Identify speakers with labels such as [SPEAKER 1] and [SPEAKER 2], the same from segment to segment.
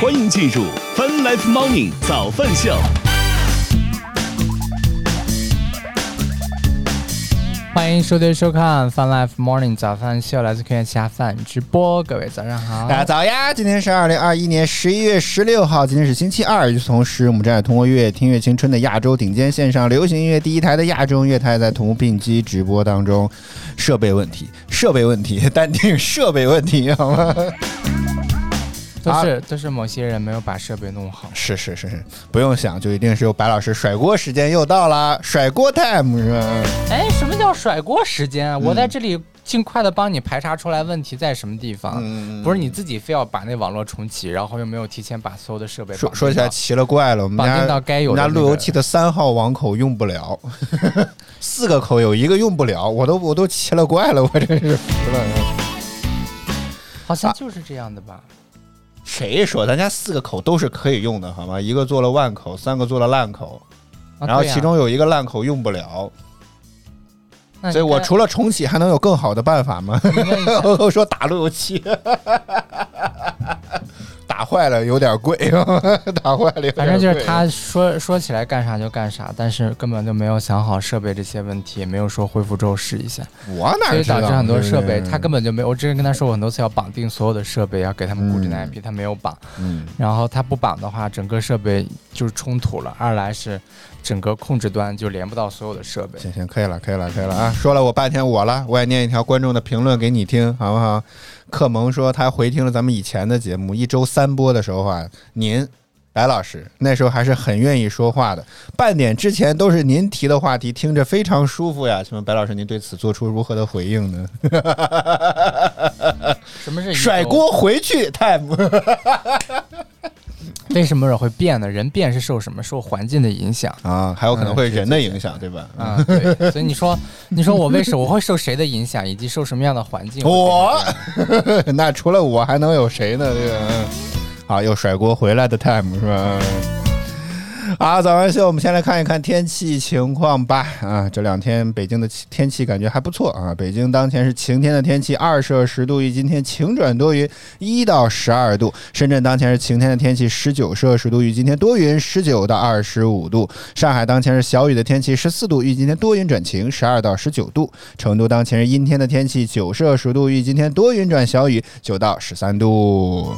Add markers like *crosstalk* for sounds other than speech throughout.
[SPEAKER 1] 欢迎进入 Fun Life Morning 早饭秀。
[SPEAKER 2] 欢迎收听收看 Fun Life Morning 早饭秀，来自科学家饭直播。各位早上好
[SPEAKER 3] 大，家早呀！今天是二零二一年十一月十六号，今天是星期二。与此同时，我们正在通过“乐听乐青春”的亚洲顶尖线上流行音乐第一台的亚洲音乐台，在同步并机直播当中。设备问题，设备问题，淡定，设备问题，好 *laughs* 吗？
[SPEAKER 2] 都是都是某些人没有把设备弄好。
[SPEAKER 3] 是是是是，不用想，就一定是由白老师甩锅时间又到了，甩锅 time 是吧？
[SPEAKER 2] 哎，什么叫甩锅时间啊？我在这里尽快的帮你排查出来问题在什么地方，
[SPEAKER 3] 嗯
[SPEAKER 2] 不是你自己非要把那网络重启，然后又没有提前把所有的设备
[SPEAKER 3] 说
[SPEAKER 2] 绑定
[SPEAKER 3] 说起来
[SPEAKER 2] 到
[SPEAKER 3] 奇了怪了，我们
[SPEAKER 2] 绑 *laughs*
[SPEAKER 3] 家
[SPEAKER 2] 定到该有
[SPEAKER 3] 我们
[SPEAKER 2] 的那
[SPEAKER 3] 家
[SPEAKER 2] 个
[SPEAKER 3] 路由器的三号网口用不了， *laughs* 四个口有一个用不了，我都我都奇了怪了，我真是服了。
[SPEAKER 2] 好像就是这样的吧？
[SPEAKER 3] 谁说咱家四个口都是可以用的，好吗？一个做了万口，三个做了烂口，
[SPEAKER 2] 啊
[SPEAKER 3] 然后
[SPEAKER 2] 对呀
[SPEAKER 3] 其中有一个烂口用不了，
[SPEAKER 2] 那你
[SPEAKER 3] 所以我
[SPEAKER 2] 该
[SPEAKER 3] 除了重启，还能有更好的办法吗？
[SPEAKER 2] 你问一下
[SPEAKER 3] *laughs* 我说打路由器， *laughs* 打坏了有点贵， *laughs* 打坏了有点贵。
[SPEAKER 2] 反正就是他说说起来干啥就干啥，但是根本就没有想好设备这些问题，也没有说恢复之后试一下，
[SPEAKER 3] 我哪
[SPEAKER 2] 所以
[SPEAKER 3] 知道？
[SPEAKER 2] 导致很多设备
[SPEAKER 3] 对
[SPEAKER 2] 他根本就没有。我之前跟他说过很多次要绑定所有的设备，要给他们固定的
[SPEAKER 3] 嗯
[SPEAKER 2] IP，他没有绑。
[SPEAKER 3] 嗯
[SPEAKER 2] 然后他不绑的话，整个设备就是冲突了。二来是整个控制端就连不到所有的设备。
[SPEAKER 3] 行行，可以了，可以了，可以了啊！说了我半天我了，我也念一条观众的评论给你听，好不好？克蒙说他回听了咱们以前的节目，一周三播的时候啊，您白老师那时候还是很愿意说话的，半点之前都是您提的话题，听着非常舒服呀。请问白老师，您对此做出如何的回应 *laughs* 呢？
[SPEAKER 2] 什么是一周
[SPEAKER 3] 甩？锅回去，time。
[SPEAKER 2] 为什么人会变呢？人变是受什么？受环境的影响。
[SPEAKER 3] 啊，还有可能会人的影响，对吧？啊， *laughs*
[SPEAKER 2] 啊，对，所以你说，你说我为什么我会受谁的影响，以及受什么样的环境？
[SPEAKER 3] 我， *laughs* 那除了我还能有谁呢？这个，嗯好，又甩锅回来的 time 是吧？啊，早上秀，我们先来看一看天气情况吧。啊，这两天北京的气天气感觉还不错啊。北京当前是晴天的天气，二摄氏度，一今天晴转多云，一到十二度。深圳当前是晴天的天气，十九摄氏度，与今天多云，十九到二十五度。上海当前是小雨的天气，十四度，与今天多云转晴，十二到十九度。成都当前是阴天的天气，九摄氏度，与今天多云转小雨，九到十三度。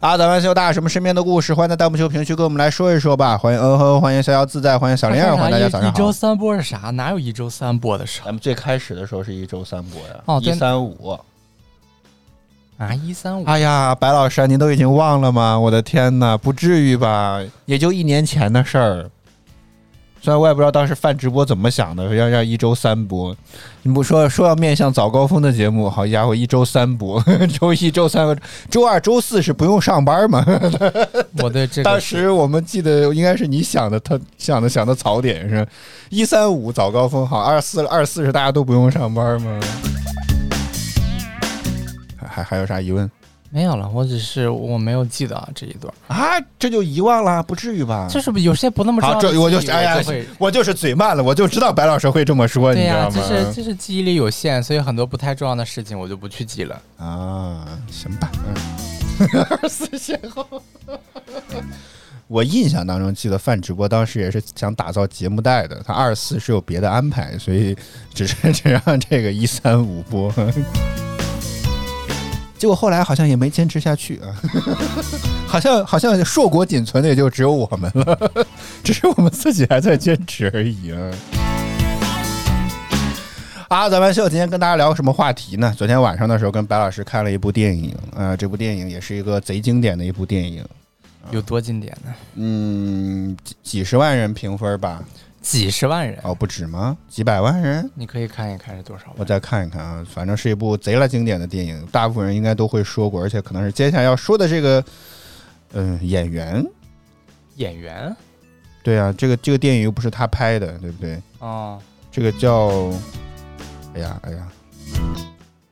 [SPEAKER 3] 啊，咱们秀大什么身边的故事，欢迎在弹幕区评区跟我们来说一说吧。欢迎嗯哼，欢迎逍遥自在，欢迎小
[SPEAKER 2] 啥
[SPEAKER 3] 灵儿，欢迎大家
[SPEAKER 2] 一
[SPEAKER 3] 早上
[SPEAKER 2] 一周
[SPEAKER 3] 好。
[SPEAKER 2] 三播是啥？哪有一周三播的时候
[SPEAKER 3] 咱们最开始的时候是一周三播呀，
[SPEAKER 2] 哦对
[SPEAKER 3] 一三五。
[SPEAKER 2] 啊？一三五
[SPEAKER 3] *laughs* 哎呀，白老师，您都已经忘了吗？我的天哪，不至于吧？也就一年前的事儿。虽然我也不知道当时范直播怎么想的，要要一周三播。你不说说要面向早高峰的节目，好家伙，一周三播， *laughs* 周一周三，周二周四是不用上班吗？
[SPEAKER 2] 我对这
[SPEAKER 3] 当
[SPEAKER 2] 个
[SPEAKER 3] 时我们记得应该是你想的，他想的想的槽点是，一三五早高峰好，二四二四是大家都不用上班吗？还还还有啥疑问？
[SPEAKER 2] 没有了，我只是我没有记得啊这一段，
[SPEAKER 3] 啊，这就遗忘了，不至于吧？
[SPEAKER 2] 就是有些不那么重
[SPEAKER 3] 啊好，
[SPEAKER 2] 要的记忆，
[SPEAKER 3] 这我就哎呀
[SPEAKER 2] 就会，
[SPEAKER 3] 我就是嘴慢了，我就知道白老师会这么说，你
[SPEAKER 2] 对
[SPEAKER 3] 知
[SPEAKER 2] 呀，
[SPEAKER 3] 道
[SPEAKER 2] 就
[SPEAKER 3] 吗？
[SPEAKER 2] 是就是记忆力有限，所以很多不太重要的事情我就不去记了。
[SPEAKER 3] 啊，行吧，嗯，二
[SPEAKER 2] *laughs*
[SPEAKER 3] 十四先后。 *laughs* 我印象当中，记得范直播当时也是想打造节目带的，他二四是有别的安排，所以只是只让这个一三五播。 *laughs* 结果后来好像也没坚持下去啊， *laughs* 好像好像硕果仅存的也就只有我们了， *laughs* 只是我们自己还在坚持而已啊。啊，咱们秀今天跟大家聊什么话题呢？昨天晚上的时候跟白老师看了一部电影，呃，这部电影也是一个贼经典的一部电影，
[SPEAKER 2] 有多经典呢？
[SPEAKER 3] 嗯，几几十万人评分吧？
[SPEAKER 2] 几十万人，
[SPEAKER 3] 哦，不止吗？几百万人？
[SPEAKER 2] 你可以看一看是多少万
[SPEAKER 3] 我再看一看啊，反正是一部贼了经典的电影，大部分人应该都会说过，而且可能是接下来要说的这个，嗯、演员，
[SPEAKER 2] 演员
[SPEAKER 3] 对啊，这个这个电影又不是他拍的，对不对？
[SPEAKER 2] 哦，
[SPEAKER 3] 这个叫，哎呀哎呀，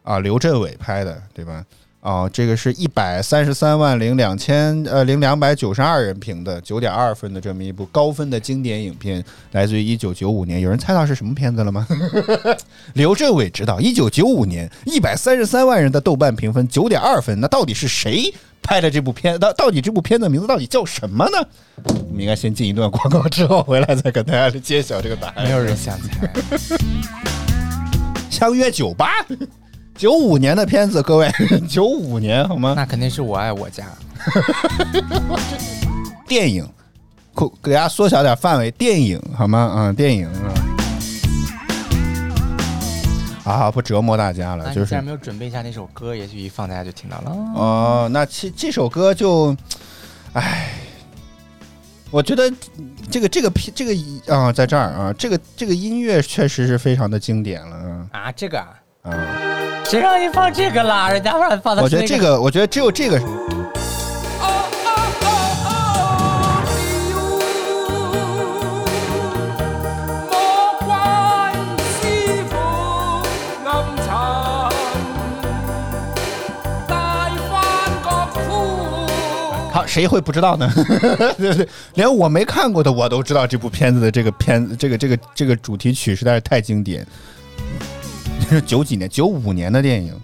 [SPEAKER 3] 啊，刘镇伟拍的，对吧？啊，这个是一百三十三万零两千呃零两百九十二人评的九点二分的这么一部高分的经典影片，来自于一九九五年。有人猜到是什么片子了吗？ *laughs* 刘镇伟执导，一九九五年，一百三十三万人的豆瓣评分九点二分，那到底是谁拍的这部片？到到底这部片子名字到底叫什么呢？我们应该先进一段广告之后回来再跟大家揭晓这个答案。
[SPEAKER 2] 没有人想
[SPEAKER 3] *laughs*
[SPEAKER 2] 猜。
[SPEAKER 3] 相约酒吧， *laughs* 九五年的片子，各位， *laughs* 九五年好吗？
[SPEAKER 2] 那肯定是我爱我家。
[SPEAKER 3] 啊电影，给给大家缩小点范围，电影好吗？嗯，电影啊。啊，不折磨大家
[SPEAKER 2] 那
[SPEAKER 3] 了，
[SPEAKER 2] 你
[SPEAKER 3] 就
[SPEAKER 2] 既
[SPEAKER 3] 是
[SPEAKER 2] 然没有准备一下那首歌，也许一放大家就听到了。
[SPEAKER 3] 哦、那这这首歌就，唉，我觉得这个这个片这个啊、在这儿啊，这个这个音乐确实是非常的经典了啊
[SPEAKER 2] 啊，这个啊，
[SPEAKER 3] 啊！
[SPEAKER 2] 谁让你放这个啦？人家让你放的
[SPEAKER 3] 我
[SPEAKER 2] 是
[SPEAKER 3] 觉得
[SPEAKER 2] 那
[SPEAKER 3] 这
[SPEAKER 2] 个。
[SPEAKER 3] 个，我觉得只有这个好，谁会不知道呢？ *laughs* 对对，连我没看过的我都知道这部片子的这个片这个这个这个主题曲实在是太经典。 *laughs* 九几年、九五年的电影，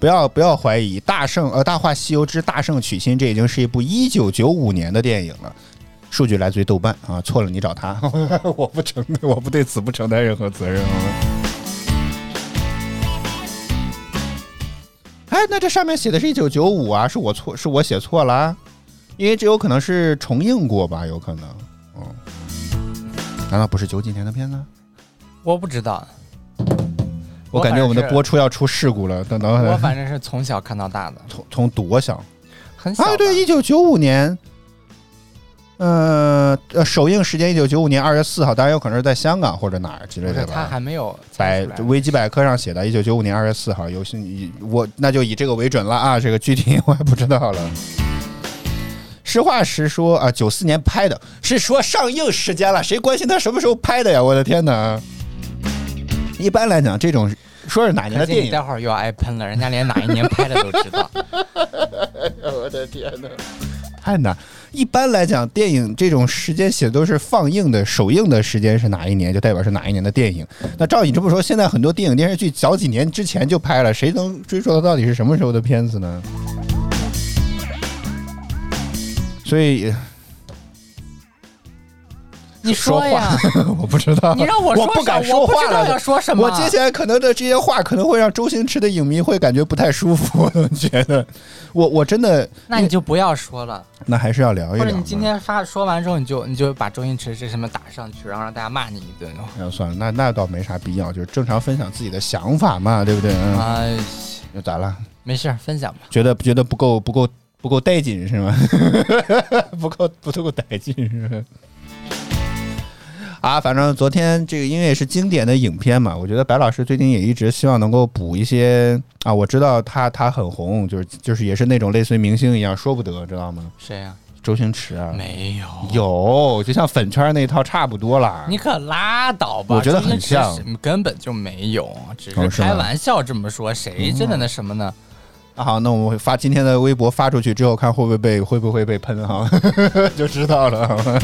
[SPEAKER 3] 不要不要怀疑，《大圣》呃，《大话西游之大圣娶亲》这已经是一部一九九五年的电影了。数据来自于豆瓣啊，错了你找他， *laughs* 我不承，我不对此不承担任何责任。哎，那这上面写的是一九九五啊，是我错，是我写错了、啊，因为这有可能是重映过吧，有可能，嗯，难道不是九几年的片子？
[SPEAKER 2] 我不知
[SPEAKER 3] *laughs*
[SPEAKER 2] 道，
[SPEAKER 3] 我感觉我们的播出要出事故了，等
[SPEAKER 2] 我
[SPEAKER 3] 等，
[SPEAKER 2] 反正是从小看到大的，
[SPEAKER 3] 从从多小
[SPEAKER 2] 很小吧。
[SPEAKER 3] 啊，对，一九九五年，呃呃，首映时间一九九五年二月四号，当然有可能是在香港或者哪儿之
[SPEAKER 2] 不
[SPEAKER 3] 类
[SPEAKER 2] 是
[SPEAKER 3] 的
[SPEAKER 2] 他
[SPEAKER 3] 吧。
[SPEAKER 2] 还没有猜
[SPEAKER 3] 百
[SPEAKER 2] 出来
[SPEAKER 3] 维基百科上写的，一九九五年二月四号，有幸以我那就以这个为准了啊，这个具体我也不知道了。实话实说啊，九四年拍的，是说上映时间了，谁关心他什么时候拍的呀？我的天哪！一般来讲，这种说是哪年
[SPEAKER 2] 可
[SPEAKER 3] 的
[SPEAKER 2] 见
[SPEAKER 3] 电
[SPEAKER 2] 你
[SPEAKER 3] 影，
[SPEAKER 2] 待会儿又要挨喷了，人家连哪一年拍的都知道。
[SPEAKER 3] 我的天哪，太难！一般来讲，电影这种时间写的都是放映的首映的时间是哪一年，就代表是哪一年的电影。那照你这么说，现在很多电影电视剧早几年之前就拍了，谁能追溯到到底是什么时候的片子呢？所以
[SPEAKER 2] *laughs* 你
[SPEAKER 3] 说
[SPEAKER 2] 呀，
[SPEAKER 3] 呃我不知道，
[SPEAKER 2] 你让我说
[SPEAKER 3] *laughs* 我
[SPEAKER 2] 啥
[SPEAKER 3] 不敢说
[SPEAKER 2] 我不
[SPEAKER 3] 话
[SPEAKER 2] 知道要
[SPEAKER 3] 了。
[SPEAKER 2] 说什么。
[SPEAKER 3] 我接下来可能的这些话可能会让周星驰的影迷会感觉不太舒服，我总觉得，我我真的
[SPEAKER 2] 那你就不要说了，
[SPEAKER 3] 那还是要聊一
[SPEAKER 2] 或
[SPEAKER 3] 聊
[SPEAKER 2] 者
[SPEAKER 3] 嘛。
[SPEAKER 2] 你今天发说完之后，你就你就把周星驰这什么打上去，然后让大家骂你一顿。
[SPEAKER 3] 那算了，那那倒没啥必要，就是正常分享自己的想法嘛，对不对？嗯，
[SPEAKER 2] 哎，
[SPEAKER 3] 又咋了？
[SPEAKER 2] 没事儿，分享吧。
[SPEAKER 3] 觉得觉得不够不够不够带劲是吗？ *laughs* 不够不够带劲是吗？啊，反正昨天这个因为也是经典的影片嘛，我觉得白老师最近也一直希望能够补一些啊，我知道他他很红，就是就是也是那种类似于明星一样说不得，知道吗？
[SPEAKER 2] 谁呀、
[SPEAKER 3] 周星驰啊，
[SPEAKER 2] 没有，
[SPEAKER 3] 有，就像粉圈那一套差不多啦。
[SPEAKER 2] 你可拉倒吧。
[SPEAKER 3] 我觉得
[SPEAKER 2] 周
[SPEAKER 3] 很
[SPEAKER 2] 星驰
[SPEAKER 3] 像
[SPEAKER 2] 是根本就没有，只是
[SPEAKER 3] 哦是吗嗯
[SPEAKER 2] 开玩笑这么说，谁真的那什么呢？
[SPEAKER 3] 那啊好，那我们发今天的微博发出去之后，看会不会被会不会被喷哈， *laughs* 就知道了。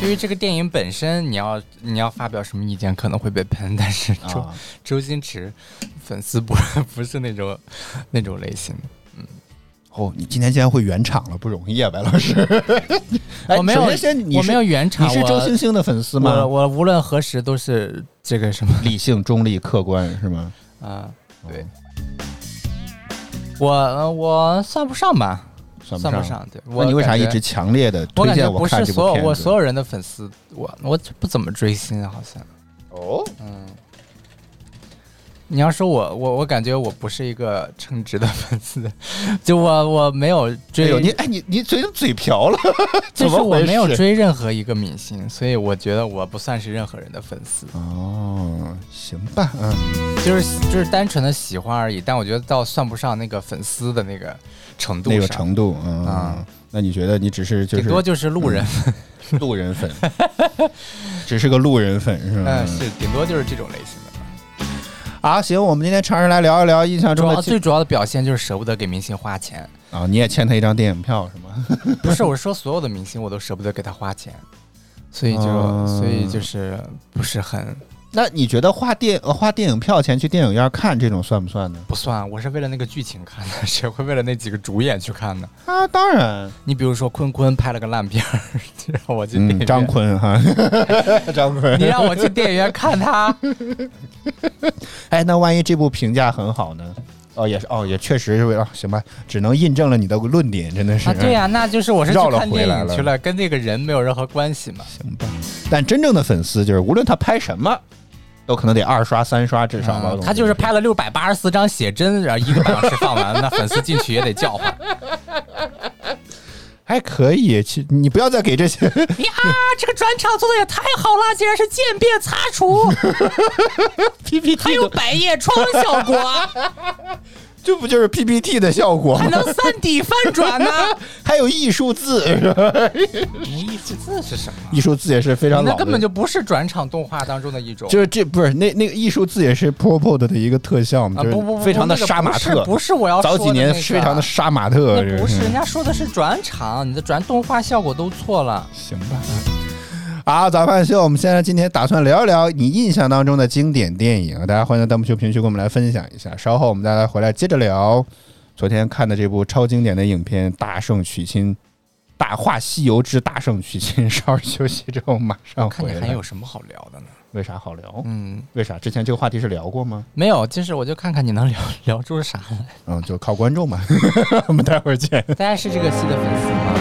[SPEAKER 2] 对于这个电影本身，你要你要发表什么意见，可能会被喷，但是周、
[SPEAKER 3] 啊，
[SPEAKER 2] 周星驰粉丝不不是那种那种类型的。
[SPEAKER 3] 哦，你今天竟然会圆场了，不容易啊，白老师。
[SPEAKER 2] *laughs*
[SPEAKER 3] 哎
[SPEAKER 2] 我没有
[SPEAKER 3] 首先先你
[SPEAKER 2] 我
[SPEAKER 3] 是
[SPEAKER 2] 没有原唱，
[SPEAKER 3] 你是
[SPEAKER 2] 我
[SPEAKER 3] 周星星的粉丝
[SPEAKER 2] 我
[SPEAKER 3] 吗？
[SPEAKER 2] 我无论何时都是这个什么
[SPEAKER 3] 理性、中立、客观是吗？
[SPEAKER 2] 啊、
[SPEAKER 3] 哦
[SPEAKER 2] 对，我呃我算不上吧，
[SPEAKER 3] 算
[SPEAKER 2] 算
[SPEAKER 3] 不
[SPEAKER 2] 不
[SPEAKER 3] 上。
[SPEAKER 2] 上。对，
[SPEAKER 3] 那
[SPEAKER 2] 我
[SPEAKER 3] 你为啥
[SPEAKER 2] 感
[SPEAKER 3] 一
[SPEAKER 2] 觉
[SPEAKER 3] 直强烈的
[SPEAKER 2] 我
[SPEAKER 3] 推
[SPEAKER 2] 感觉
[SPEAKER 3] 荐
[SPEAKER 2] 不
[SPEAKER 3] 看
[SPEAKER 2] 是
[SPEAKER 3] 这
[SPEAKER 2] 所
[SPEAKER 3] 部
[SPEAKER 2] 有
[SPEAKER 3] 片子？
[SPEAKER 2] 我所有人的粉丝，我我不怎么追星，啊好像。
[SPEAKER 3] 哦，
[SPEAKER 2] 你要说我我我感觉我不是一个称职的 *laughs* 粉丝，就我我没有
[SPEAKER 3] 这
[SPEAKER 2] 追，
[SPEAKER 3] 有你哎你你嘴嘴
[SPEAKER 2] *laughs*
[SPEAKER 3] 瓢了，
[SPEAKER 2] 就
[SPEAKER 3] 怎
[SPEAKER 2] 是
[SPEAKER 3] 么
[SPEAKER 2] 我
[SPEAKER 3] 回
[SPEAKER 2] 没有
[SPEAKER 3] 事
[SPEAKER 2] 追任何一个明星，所以我觉得我不算是任何人的粉丝，
[SPEAKER 3] 哦，行吧，嗯，
[SPEAKER 2] 就是就是单纯的喜欢而已。但我觉得倒算不上那个粉丝的那个程度
[SPEAKER 3] 那个
[SPEAKER 2] 上，
[SPEAKER 3] 程度，嗯，
[SPEAKER 2] 啊
[SPEAKER 3] 那你觉得你只是就
[SPEAKER 2] 顶
[SPEAKER 3] 是
[SPEAKER 2] 多就是路人，
[SPEAKER 3] 路人 *laughs* 粉，只是个路人粉是吗？
[SPEAKER 2] 哎
[SPEAKER 3] 哎
[SPEAKER 2] 嗯，是顶多就是这种类型的。
[SPEAKER 3] 啊，行，我们今天尝试来聊一聊印象
[SPEAKER 2] 主
[SPEAKER 3] 中
[SPEAKER 2] 要
[SPEAKER 3] 的
[SPEAKER 2] 最主要的表现就是舍不得给明星花
[SPEAKER 3] *laughs*
[SPEAKER 2] 钱，
[SPEAKER 3] 啊、你也欠他一张电影票是吗？
[SPEAKER 2] 不是我是说所有的明星我都舍不得给他花钱，所以就、
[SPEAKER 3] 嗯
[SPEAKER 2] 所以就是不是很
[SPEAKER 3] 那你觉得花电呃花电影票钱去电影院看这种算不算呢？
[SPEAKER 2] 不算，我是为了那个剧情看的， *laughs* 谁会为了那几个主演去看呢？
[SPEAKER 3] 啊，当然，
[SPEAKER 2] 你比如说坤坤拍了个烂片儿，让我去电影
[SPEAKER 3] 嗯，
[SPEAKER 2] 院
[SPEAKER 3] 张坤哈， *laughs* 张坤
[SPEAKER 2] 你。让我去电影院看
[SPEAKER 3] *laughs*
[SPEAKER 2] 他，
[SPEAKER 3] 哎，那万一这部评价很好呢？哦，也是哦，也确实是为了行吧，只能印证了你的论点，真的是。
[SPEAKER 2] 啊，对呀、那就是我是去
[SPEAKER 3] 绕了
[SPEAKER 2] 看
[SPEAKER 3] 回
[SPEAKER 2] 电
[SPEAKER 3] 来
[SPEAKER 2] 影
[SPEAKER 3] 了
[SPEAKER 2] 去了，跟那个人没有任何关系嘛。
[SPEAKER 3] 行吧。但真正的粉丝就是，无论他拍什么，都可能得二刷三刷至少吧。
[SPEAKER 2] 嗯
[SPEAKER 3] 我
[SPEAKER 2] 他
[SPEAKER 3] 总
[SPEAKER 2] 就
[SPEAKER 3] 觉
[SPEAKER 2] 是
[SPEAKER 3] 得
[SPEAKER 2] 拍了六百八十四张写真，然后一个半小时放完，那粉丝进去也得叫唤。
[SPEAKER 3] 还可以，其你不要再给这些 *laughs*
[SPEAKER 2] 呀，这个转场做的也太好了，竟然是渐变擦除，还
[SPEAKER 3] PPT
[SPEAKER 2] 有
[SPEAKER 3] 的，
[SPEAKER 2] 百叶窗效果，
[SPEAKER 3] 这不就是 PPT 的效果
[SPEAKER 2] 还
[SPEAKER 3] 吗？
[SPEAKER 2] 能三 D 翻转呢。
[SPEAKER 3] 还有艺术字， *laughs* 是吧
[SPEAKER 2] 艺术字是什么？
[SPEAKER 3] 艺术字也是非常老
[SPEAKER 2] 那
[SPEAKER 3] 的，
[SPEAKER 2] 根本就不是转场动画当中的一种。啊
[SPEAKER 3] 就是这不是那那个艺术字也是 Propo 的一个特效嘛，
[SPEAKER 2] 啊
[SPEAKER 3] 就
[SPEAKER 2] 不
[SPEAKER 3] 是
[SPEAKER 2] 不不不，
[SPEAKER 3] 非常的
[SPEAKER 2] 那个
[SPEAKER 3] 杀马
[SPEAKER 2] 不是
[SPEAKER 3] 特，
[SPEAKER 2] 不是我要
[SPEAKER 3] 早
[SPEAKER 2] 说
[SPEAKER 3] 几
[SPEAKER 2] 的
[SPEAKER 3] 年
[SPEAKER 2] 那个啊
[SPEAKER 3] 非常的杀马
[SPEAKER 2] 那
[SPEAKER 3] 特，这
[SPEAKER 2] 不是，人家说的是转场，你的转动画效果都错
[SPEAKER 3] *laughs*
[SPEAKER 2] 了。
[SPEAKER 3] 行吧。嗯好，早饭秀，我们现在今天打算聊一聊你印象当中的经典电影，大家欢迎在弹幕区、评论区跟我们来分享一下。稍后我们再来回来接着聊昨天看的这部超经典的影片《大圣娶亲》，《大话西游之大圣娶亲》。稍事休息之后马
[SPEAKER 2] *laughs*
[SPEAKER 3] 上
[SPEAKER 2] 看
[SPEAKER 3] 回
[SPEAKER 2] 你
[SPEAKER 3] 来。
[SPEAKER 2] 还有什么好聊的呢？
[SPEAKER 3] 为啥好聊？
[SPEAKER 2] 嗯，
[SPEAKER 3] 为啥之前这个话题是聊过吗？
[SPEAKER 2] 没有，就是我就看看你能聊聊出啥来。
[SPEAKER 3] 嗯，就靠观众嘛。 *laughs* 我们待会儿见。
[SPEAKER 2] 大家是这个戏的粉丝吗？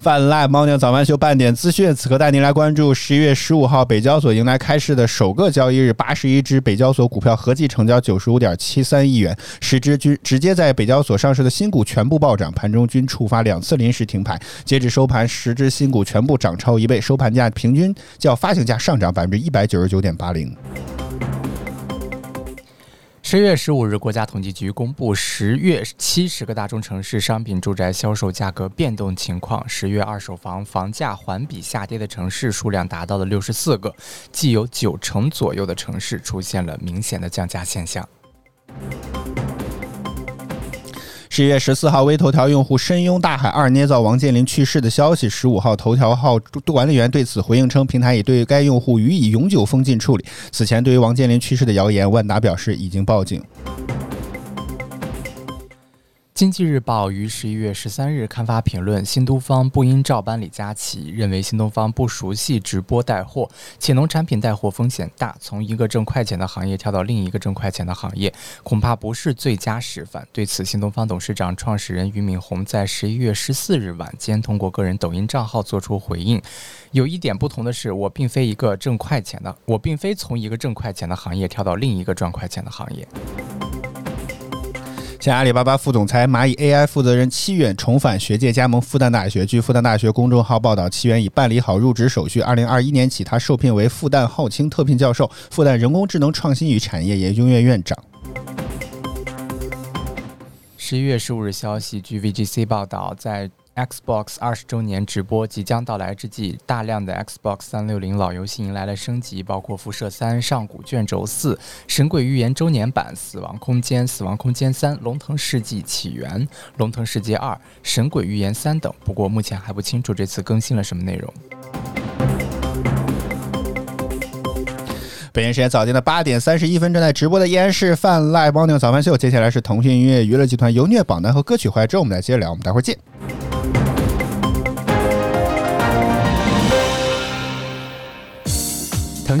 [SPEAKER 3] 泛滥猫娘早晚秀半点资讯，此刻带您来关注十一月十五号北交所迎来开市的首个交易日，八十一只北交所股票合计成交九十五点七三亿元，十只均直接在北交所上市的新股全部暴涨，盘中均触发两次临时停牌，截至收盘，十只新股全部涨超一倍，收盘价平均较发行价上涨百分之一百九十九点八零。
[SPEAKER 2] 十月十五日，国家统计局公布十月七十个大中城市商品住宅销售价格变动情况。十月二手房房价环比下跌的城市数量达到了六十四个，即有九成左右的城市出现了明显的降价现象。
[SPEAKER 3] 十一月十四号，微头条用户深拥大海二捏造王健林去世的消息。十五号，头条号管理员对此回应称，平台已对该用户予以永久封禁处理。此前，对于王健林去世的谣言，万达表示已经报警。
[SPEAKER 2] 经济日报于十一月十三日刊发评论：新东方不应照搬李佳琦，认为新东方不熟悉直播带货，且农产品带货风险大，从一个挣快钱的行业跳到另一个挣快钱的行业，恐怕不是最佳示范。对此，新东方董事长、创始人俞敏洪在十一月十四日晚间通过个人抖音账号做出回应。有一点不同的是，我并非一个挣快钱的，我并非从一个挣快钱的行业跳到另一个赚快钱的行业。
[SPEAKER 3] 前阿里巴巴副总裁、蚂蚁 AI 负责人戚远重返学界，加盟复旦大学。据复旦大学公众号报道，戚远已办理好入职手续。二零二一年起，他受聘为复旦浩清特聘教授、复旦人工智能创新与产业研究院院长。
[SPEAKER 2] 十一月十五日消息，据 VGC 报道，在 Xbox 二十周年直播即将到来之际，大量的 Xbox 三六零老游戏迎来了升级，包括《辐射三》《上古卷轴四》《神鬼寓言》周年版《死亡空间》《死亡空间三》《龙腾世纪起源》《龙腾世界二》《神鬼寓言三》等。不过目前还不清楚这次更新了什么内容。
[SPEAKER 3] 北京时间早间的八点三十一分，正在直播的依然是泛滥猫牛早饭秀。接下来是腾讯音乐娱乐集团由虐榜单和歌曲回来之后，我们再接着聊。我们待会儿见。
[SPEAKER 4] 腾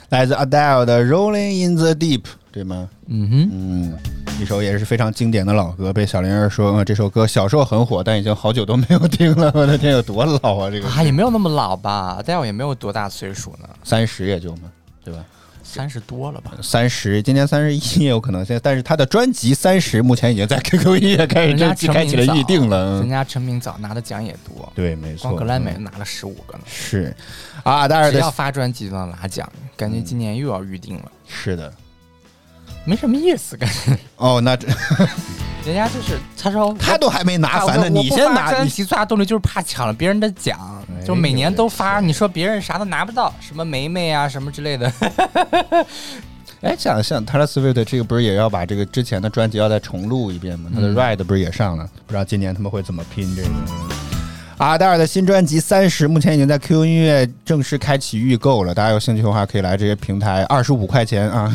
[SPEAKER 5] 来自 Adele 的《Rolling in the Deep》，对吗？
[SPEAKER 2] 嗯哼，
[SPEAKER 5] 嗯，一首也是非常经典的老歌，被小玲儿说、嗯、这首歌小时候很火，但已经好久都没有听了。我的天，有多老啊！这个
[SPEAKER 2] 啊，也没有那么老吧，戴尔也没有多大岁数呢，
[SPEAKER 5] 三十也就嘛，对吧？
[SPEAKER 2] 三十多了吧？
[SPEAKER 5] 三十，今年三十一也有可能。现在，但是他的专辑《三十》目前已经在 QQ 音乐开始
[SPEAKER 2] 人家
[SPEAKER 5] 正式
[SPEAKER 2] 成
[SPEAKER 5] 开
[SPEAKER 2] 名
[SPEAKER 5] 启
[SPEAKER 2] 早，
[SPEAKER 5] 了预定了。
[SPEAKER 2] 人
[SPEAKER 5] 嗯
[SPEAKER 2] 家成名早，拿的奖也多，
[SPEAKER 5] 对，没错，
[SPEAKER 2] 光格莱美
[SPEAKER 5] 嗯
[SPEAKER 2] 拿了十五个呢。
[SPEAKER 5] 是啊，戴尔
[SPEAKER 2] 只要
[SPEAKER 5] 的
[SPEAKER 2] 发专辑就能拿奖，感
[SPEAKER 3] 嗯
[SPEAKER 2] 觉今年又要预定了，
[SPEAKER 5] 是的
[SPEAKER 2] 没什么意思，感觉。
[SPEAKER 5] 哦，那这
[SPEAKER 2] 人人家就是他说
[SPEAKER 3] *laughs* 他都还没拿，反正你先拿，
[SPEAKER 2] 专
[SPEAKER 3] 你哎
[SPEAKER 2] 辑最大动力就是怕抢了别人的奖，就每年都发，你说别人啥都拿不到，什么梅梅啊什么之类的。 *laughs*
[SPEAKER 3] 哎，像像 Taylor Swift 这个不是也要把这个之前的专辑要再重录一遍吗？他
[SPEAKER 2] 嗯
[SPEAKER 3] 的 Ride 不是也上了？不知道今年他们会怎么拼这个。阿黛尔的新专辑《三十》目前已经在 QQ 音乐正式开启预购了，大家有兴趣的话可以来这些平台，二十五块钱啊。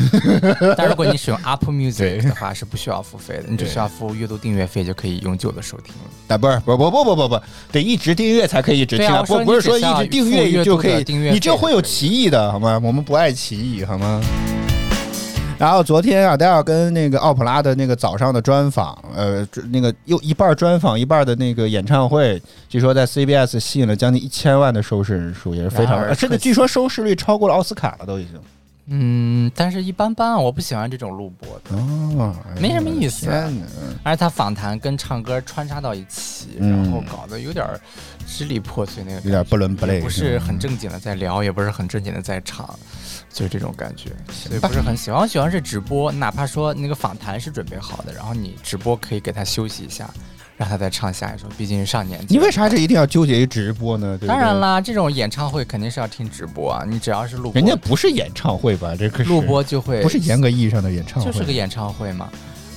[SPEAKER 2] 但如果你使用 Apple Music
[SPEAKER 3] 对
[SPEAKER 2] 的话是不需要付费的，你只需要付阅读订阅费就可以永久的收听了。
[SPEAKER 3] 啊，不是，不不不不不不，得一直订阅才可以一直听
[SPEAKER 2] 对啊
[SPEAKER 3] 啊，
[SPEAKER 2] 我
[SPEAKER 3] 不
[SPEAKER 2] 说
[SPEAKER 3] 不是
[SPEAKER 2] 你得
[SPEAKER 3] 说一直
[SPEAKER 2] 像
[SPEAKER 3] 订
[SPEAKER 2] 付
[SPEAKER 3] 阅
[SPEAKER 2] 阅
[SPEAKER 3] 就
[SPEAKER 2] 度
[SPEAKER 3] 可以
[SPEAKER 2] 的订阅，
[SPEAKER 3] 你这
[SPEAKER 2] 费
[SPEAKER 3] 会有歧义的好吗？我们不爱歧义好吗？ *laughs* 然后昨天啊，戴尔跟那个奥普拉的那个早上的专访，呃，那个又一半儿专访，一半儿的那个演唱会，据说在 CBS 吸引了将近一千万的收视人数，也是非常
[SPEAKER 2] 然哎而，可惜
[SPEAKER 3] 甚至据说收视率超过了奥斯卡了，都已经。
[SPEAKER 2] 嗯，但是一般般啊，我不喜欢这种录播的，
[SPEAKER 3] 哦，哎
[SPEAKER 2] 没什么
[SPEAKER 3] 呦
[SPEAKER 2] 意思啊
[SPEAKER 3] 天哪
[SPEAKER 2] 而且他访谈跟唱歌穿插到一起，
[SPEAKER 3] 嗯
[SPEAKER 2] 然后搞得有点儿支离破碎那个感觉，
[SPEAKER 3] 有点不伦不类
[SPEAKER 2] 也不是很正经的在聊，也不是很正经的在唱，就是这种感觉，所以不是很喜欢。我喜欢是直播，哪怕说那个访谈是准备好的，然后你直播可以给他休息一下，让他再唱下一首，毕竟上年纪。
[SPEAKER 3] 你为啥这一定要纠结于直播呢？对不对
[SPEAKER 2] 当然。啦，这种演唱会肯定是要听直播啊，你只要是录播，
[SPEAKER 3] 人家不是演唱会吧？这可是
[SPEAKER 2] 录播就会
[SPEAKER 3] 不是严格意义上的演唱会，
[SPEAKER 2] 就是个演唱会嘛。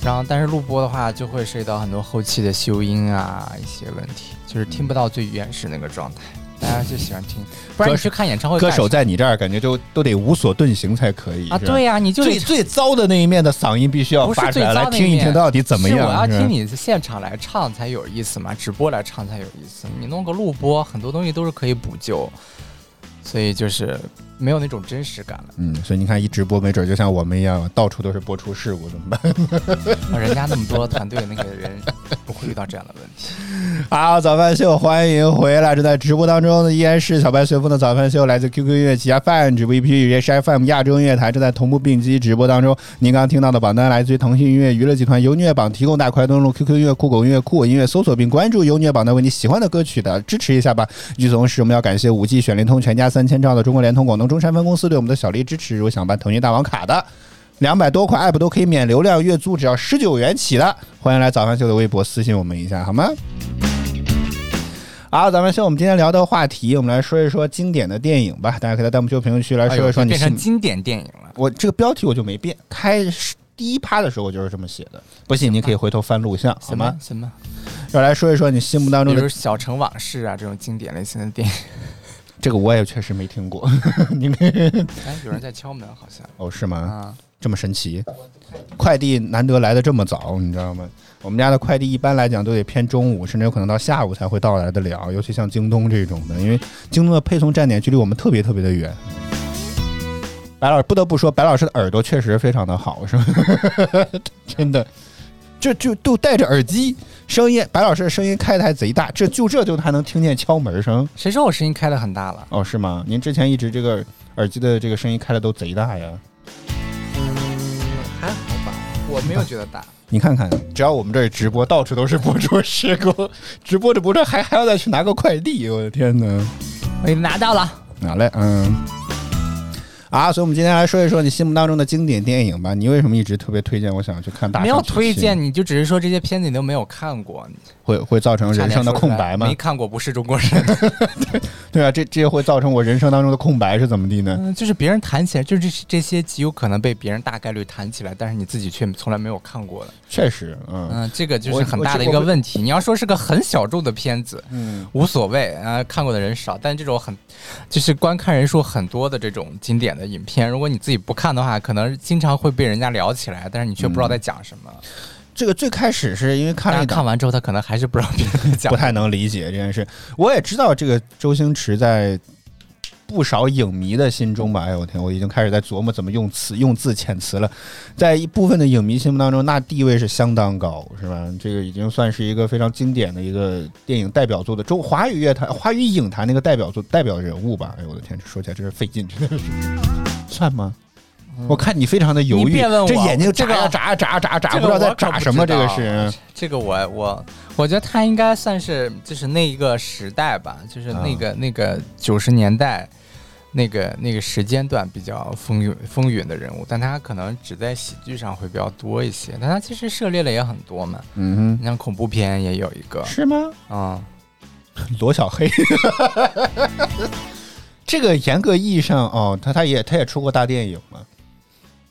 [SPEAKER 2] 然后，但是录播的话，就会涉及到很多后期的修音啊，一些问题，就是听不到最原始那个状态。大家就喜欢听，不然
[SPEAKER 3] 歌
[SPEAKER 2] 你
[SPEAKER 3] 手
[SPEAKER 2] 去看演唱会
[SPEAKER 3] 歌
[SPEAKER 2] 干什
[SPEAKER 3] 手
[SPEAKER 2] 么
[SPEAKER 3] 在你这儿感觉就都得无所遁形才可以
[SPEAKER 2] 啊，
[SPEAKER 3] 是吧
[SPEAKER 2] 对呀、你就得
[SPEAKER 3] 最最糟的那一面的嗓音必须要
[SPEAKER 2] 不是
[SPEAKER 3] 发出
[SPEAKER 2] 最
[SPEAKER 3] 来，
[SPEAKER 2] 糟
[SPEAKER 3] 来
[SPEAKER 2] 的
[SPEAKER 3] 听
[SPEAKER 2] 一
[SPEAKER 3] 一
[SPEAKER 2] 面
[SPEAKER 3] 听到底怎么样。
[SPEAKER 2] 是我要
[SPEAKER 3] 是吧
[SPEAKER 2] 听你现场来唱才有意思嘛，直播来唱才有意思。你弄个录播，很多东西都是可以补救，所以就是没有那种真实感了。
[SPEAKER 3] 嗯，所以你看，一直播没准就像我们一样，到处都是播出事故，怎么办？
[SPEAKER 2] 啊 *laughs* 人家那么多团队那个人不会遇到这样的问题。
[SPEAKER 3] *laughs* 好，早饭秀欢迎回来！正在直播当中的依然是小白旋风的早饭秀，来自 QQ 音乐旗下 FM 直播 EP 与 HFM 亚洲音乐台正在同步并机直播当中。您刚刚听到的榜单来自于腾讯音乐娱乐集团由音乐榜提供，大家快登录 QQ 音乐、酷狗音乐、酷我音乐搜索并关注由音乐榜单，为你喜欢的歌曲的支持一下吧。与此同时，我们要感谢五 G 选联通全家三千兆的中国联通广东中山分公司对我们的小力支持。如果想办腾讯大王卡的。两百多块 app 都可以免流量月租，只要十九元起的。欢迎来早饭秀的微博私信我们一下好吗？好，咱们先我们今天聊的话题，我们来说一说经典的电影吧。大家可以在弹幕区、评论区来
[SPEAKER 2] 哎
[SPEAKER 3] 说
[SPEAKER 2] 呦
[SPEAKER 3] 一说你
[SPEAKER 2] 变
[SPEAKER 3] 心
[SPEAKER 2] 成经典电影了。
[SPEAKER 3] 我这个标题我就没变，开始第一趴的时候我就是这么写的。不信你可以回头翻录像，好
[SPEAKER 2] 什
[SPEAKER 3] 吗
[SPEAKER 2] 么？什么？
[SPEAKER 3] 要来说一说你心目当
[SPEAKER 2] 比
[SPEAKER 3] 中
[SPEAKER 2] 如
[SPEAKER 3] 的
[SPEAKER 2] 《小城往事》啊，这种经典类型的电影。
[SPEAKER 3] 这个，我也确实没听过。你可以
[SPEAKER 2] *laughs* 哎，有人在敲门，好像
[SPEAKER 3] 哦，是吗？
[SPEAKER 2] 啊。
[SPEAKER 3] 这么神奇？快递难得来的这么早，你知道吗？我们家的快递一般来讲都得偏中午，甚至有可能到下午才会到来得了，尤其像京东这种的，因为京东的配送站点距离我们特别特别的远。白老师不得不说，白老师的耳朵确实非常的好，是吧？ *laughs* 真的，这就都戴着耳机，声音白老师的声音开的还贼大，这就这就还能听见敲门声
[SPEAKER 2] 谁说我声音开的很大了？
[SPEAKER 3] 哦，是吗？您之前一直这个耳机的这个声音开的都贼大呀。
[SPEAKER 2] 还好吧，我没有觉得 *laughs* 大。
[SPEAKER 3] 你看看，只要我们这儿直播，到处都是播出事故，直播着播着还还要再去拿个快递，我的天哪！
[SPEAKER 2] 我哎拿到了，
[SPEAKER 3] 拿来，嗯。啊，所以我们今天来说一说你心目当中的经典电影吧。你为什么一直特别推荐我想要去看大圣
[SPEAKER 2] 没
[SPEAKER 3] 娶妻？
[SPEAKER 2] 有推荐，你就只是说这些片子你都没有看过，
[SPEAKER 3] 会会造成人生的空白吗
[SPEAKER 2] 没？看过不是中国
[SPEAKER 3] *laughs*
[SPEAKER 2] 人，
[SPEAKER 3] 对啊，这这会造成我人生当中的空白是怎么地呢？
[SPEAKER 2] 嗯，就是别人谈起来，就是这这些极有可能被别人大概率谈起来，但是你自己却从来没有看过的，
[SPEAKER 3] 确实，嗯
[SPEAKER 2] 嗯，这个就
[SPEAKER 3] 我
[SPEAKER 2] 是很大的
[SPEAKER 3] 我
[SPEAKER 2] 一个问题。你要说是个很小众的片子，
[SPEAKER 3] 嗯，
[SPEAKER 2] 无所谓啊、呃看过的人少，但这种很就是观看人数很多的这种经典的影片，如果你自己不看的话，可能经常会被人家聊起来，但是你却不知道在讲什么。
[SPEAKER 3] 这个最开始是因为嗯看
[SPEAKER 2] 但
[SPEAKER 3] 了
[SPEAKER 2] 是
[SPEAKER 3] 一
[SPEAKER 2] 看
[SPEAKER 3] 档，
[SPEAKER 2] 完之后，他可能还是不知道别人在讲
[SPEAKER 3] 不。太能理解这件事。我也知道这个周星驰在不少影迷的心中吧，哎呦我天，我已经开始在琢磨怎么用词、用字遣词了。在一部分的影迷心目当中，那地位是相当高，是吧？这个已经算是一个非常经典的一个电影代表作的中华语乐坛、华语影坛那个代表作、代表人物吧。哎呦我的天，这说起来真是费劲，真的是算吗？我看你非常的
[SPEAKER 2] 嗯
[SPEAKER 3] 犹
[SPEAKER 2] 你
[SPEAKER 3] 豫，
[SPEAKER 2] 别问我
[SPEAKER 3] 这眼睛
[SPEAKER 2] 这
[SPEAKER 3] 眨
[SPEAKER 2] 个
[SPEAKER 3] 呀眨呀眨呀眨呀眨，
[SPEAKER 2] 这
[SPEAKER 3] 不
[SPEAKER 2] 个
[SPEAKER 3] 知道在
[SPEAKER 2] 我可
[SPEAKER 3] 眨
[SPEAKER 2] 不
[SPEAKER 3] 什么。
[SPEAKER 2] 知
[SPEAKER 3] 这个
[SPEAKER 2] 道啊
[SPEAKER 3] 是，
[SPEAKER 2] 这个我我我觉得他应
[SPEAKER 3] 啊
[SPEAKER 2] 该算是就是那一个时代吧，就是那个、那个九十年代，那个那个时间段比较风云风云的人物，但他可能只在喜剧上会比较多一些，但他其实涉猎的也很多嘛。
[SPEAKER 3] 嗯
[SPEAKER 2] 你像恐怖片也有一个
[SPEAKER 3] 哼，，是吗？
[SPEAKER 2] 嗯，
[SPEAKER 3] 罗小黑， *laughs* 这个严格意义上哦，他他也他也出过大电影嘛。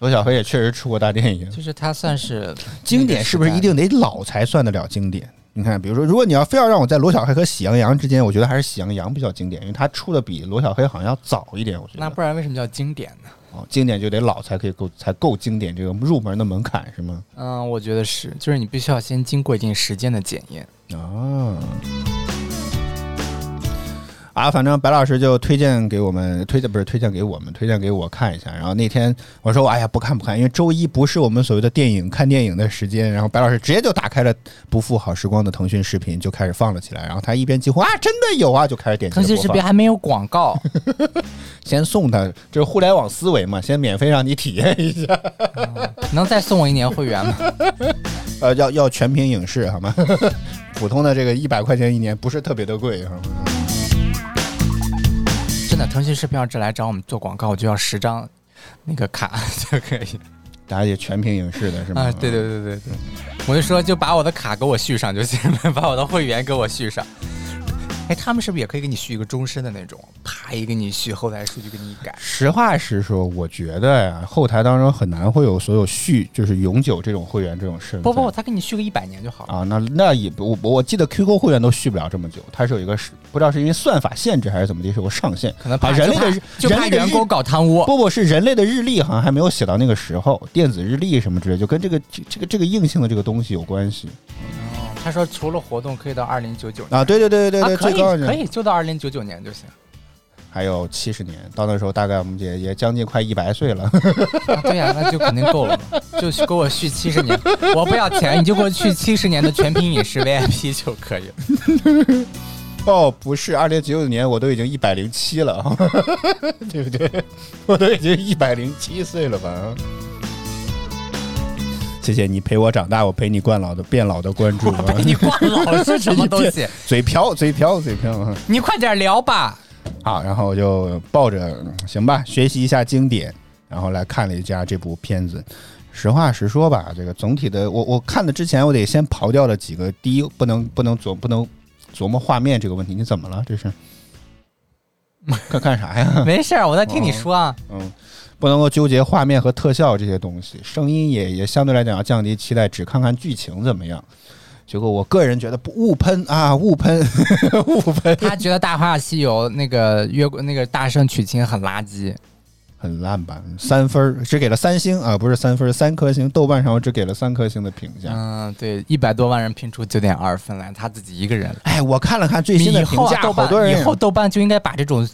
[SPEAKER 3] 罗小黑也确实出过大电影，
[SPEAKER 2] 就是他算是
[SPEAKER 3] 经典是不是一定得老才算得了经典？你看，比如说，如果你要非要让我在罗小黑和喜羊羊之间，我觉得还是喜羊羊比较经典，因为它出的比罗小黑好像要早一点。我觉得
[SPEAKER 2] 那不然为什么叫经典呢？
[SPEAKER 3] 哦，经典就得老才可以够才够经典这个入门的门槛是吗？
[SPEAKER 2] 嗯，我觉得是，就是你必须要先经过一定时间的检验。
[SPEAKER 3] 啊。啊，反正白老师就推荐给我们，推荐不是推荐给我们，推荐给我看一下。然后那天我说，哎呀，不看不看，因为周一不是我们所谓的电影看电影的时间。然后白老师直接就打开了不负好时光的腾讯视频，就开始放了起来。然后他一边疾呼啊，真的有啊，就开始点击
[SPEAKER 2] 腾
[SPEAKER 3] 了
[SPEAKER 2] 讯
[SPEAKER 3] 播
[SPEAKER 2] 视
[SPEAKER 3] 放
[SPEAKER 2] 频还没有广告， *laughs*
[SPEAKER 3] 先送他，这是互联网思维嘛，先免费让你体验一下。
[SPEAKER 2] 能再送我一年会员吗？
[SPEAKER 3] 呃，要要全屏影视好吗？ *laughs* 普通的这个一百块钱一年不是特别的贵好吗？
[SPEAKER 2] 真的，腾讯视频要是来找我们做广告，我就要十张那个卡 *laughs* 就可以
[SPEAKER 3] 大家也全屏影视的是吗？
[SPEAKER 2] 啊！对对对对对，我就说就把我的卡给我续上就行了， *laughs* 把我的会员给我续上。哎，他们是不是也可以给你续一个终身的那种？啪，一给你续，后台数据给你一改。
[SPEAKER 3] 实话实说，我觉得呀，后台当中很难会有所有续，就是永久这种会员这种事。
[SPEAKER 2] 不不，他给你续个一百年就好了。
[SPEAKER 3] 啊，那那也不我我记得 QQ 会员都续不了这么久，它是有一个是不知道是因为算法限制还是怎么的，是有个上限。
[SPEAKER 2] 可能
[SPEAKER 3] 把
[SPEAKER 2] 怕
[SPEAKER 3] 啊人类
[SPEAKER 2] 就
[SPEAKER 3] 的日
[SPEAKER 2] 怕就
[SPEAKER 3] 人
[SPEAKER 2] 怕
[SPEAKER 3] 类的
[SPEAKER 2] 员
[SPEAKER 3] 日
[SPEAKER 2] 工搞贪污。
[SPEAKER 3] 不不是人类的日历好像还没有写到那个时候，电子日历什么之类，就跟这个这这个这个硬性的这个东西有关系
[SPEAKER 2] 他说除了活动可以到二零九九年
[SPEAKER 3] 啊。对对对对对，
[SPEAKER 2] 可
[SPEAKER 3] 最高
[SPEAKER 2] 以可以就到二零九九年就行。
[SPEAKER 3] 还有七十年，到那时候大概我们也也将近快一百岁了。
[SPEAKER 2] 啊对呀、那就肯定够了 *laughs* 嘛，就给我续七十年，我不要钱，你就给我续七十年的全屏影视 VIP 就可以了。
[SPEAKER 3] 哦，不是，二零九九年我都已经一百零七了， *laughs* 对不对？我都已经一百零七岁了吧？谢谢你陪我长大，我陪你惯老的变老的
[SPEAKER 2] *laughs*
[SPEAKER 3] 关注啊！
[SPEAKER 2] 你挂老是什么
[SPEAKER 3] *laughs*
[SPEAKER 2] 东西
[SPEAKER 4] *laughs*
[SPEAKER 3] 变？嘴瓢，嘴瓢，嘴瓢啊！
[SPEAKER 2] 你快点聊吧。
[SPEAKER 3] 好，啊然后我就抱着嗯行吧，学习一下经典，然后来看了一下这部片子。实话实说吧，这个总体的，我我看的之前，我得先刨掉了几个。第一，不能不能琢不能琢磨画面这个问题。你怎么了？这是看看啥呀？ *laughs*
[SPEAKER 2] 没事儿，我在听
[SPEAKER 4] 哦
[SPEAKER 2] 你说啊。
[SPEAKER 3] 嗯，不能够纠结画面和特效这些东西，声音也也相对来讲要降低期待，只看看剧情怎么样。结果我个人觉得不误喷啊，误喷， *laughs* 误喷，
[SPEAKER 2] 他觉得《大话西游》那个约那个大圣娶亲很垃圾，
[SPEAKER 3] 很烂吧？三分儿只给了三星啊，不是三分儿，三颗星。豆瓣上我只给了三颗星的评价。
[SPEAKER 2] 嗯，对，一百多万人拼出九点二分来，他自己一个人。
[SPEAKER 3] 哎，我看了看最新的
[SPEAKER 2] 以
[SPEAKER 3] 评
[SPEAKER 2] 后啊
[SPEAKER 3] 价，
[SPEAKER 2] 豆
[SPEAKER 3] 好
[SPEAKER 2] 瓣
[SPEAKER 3] 多人
[SPEAKER 2] 以后豆瓣就应该把这种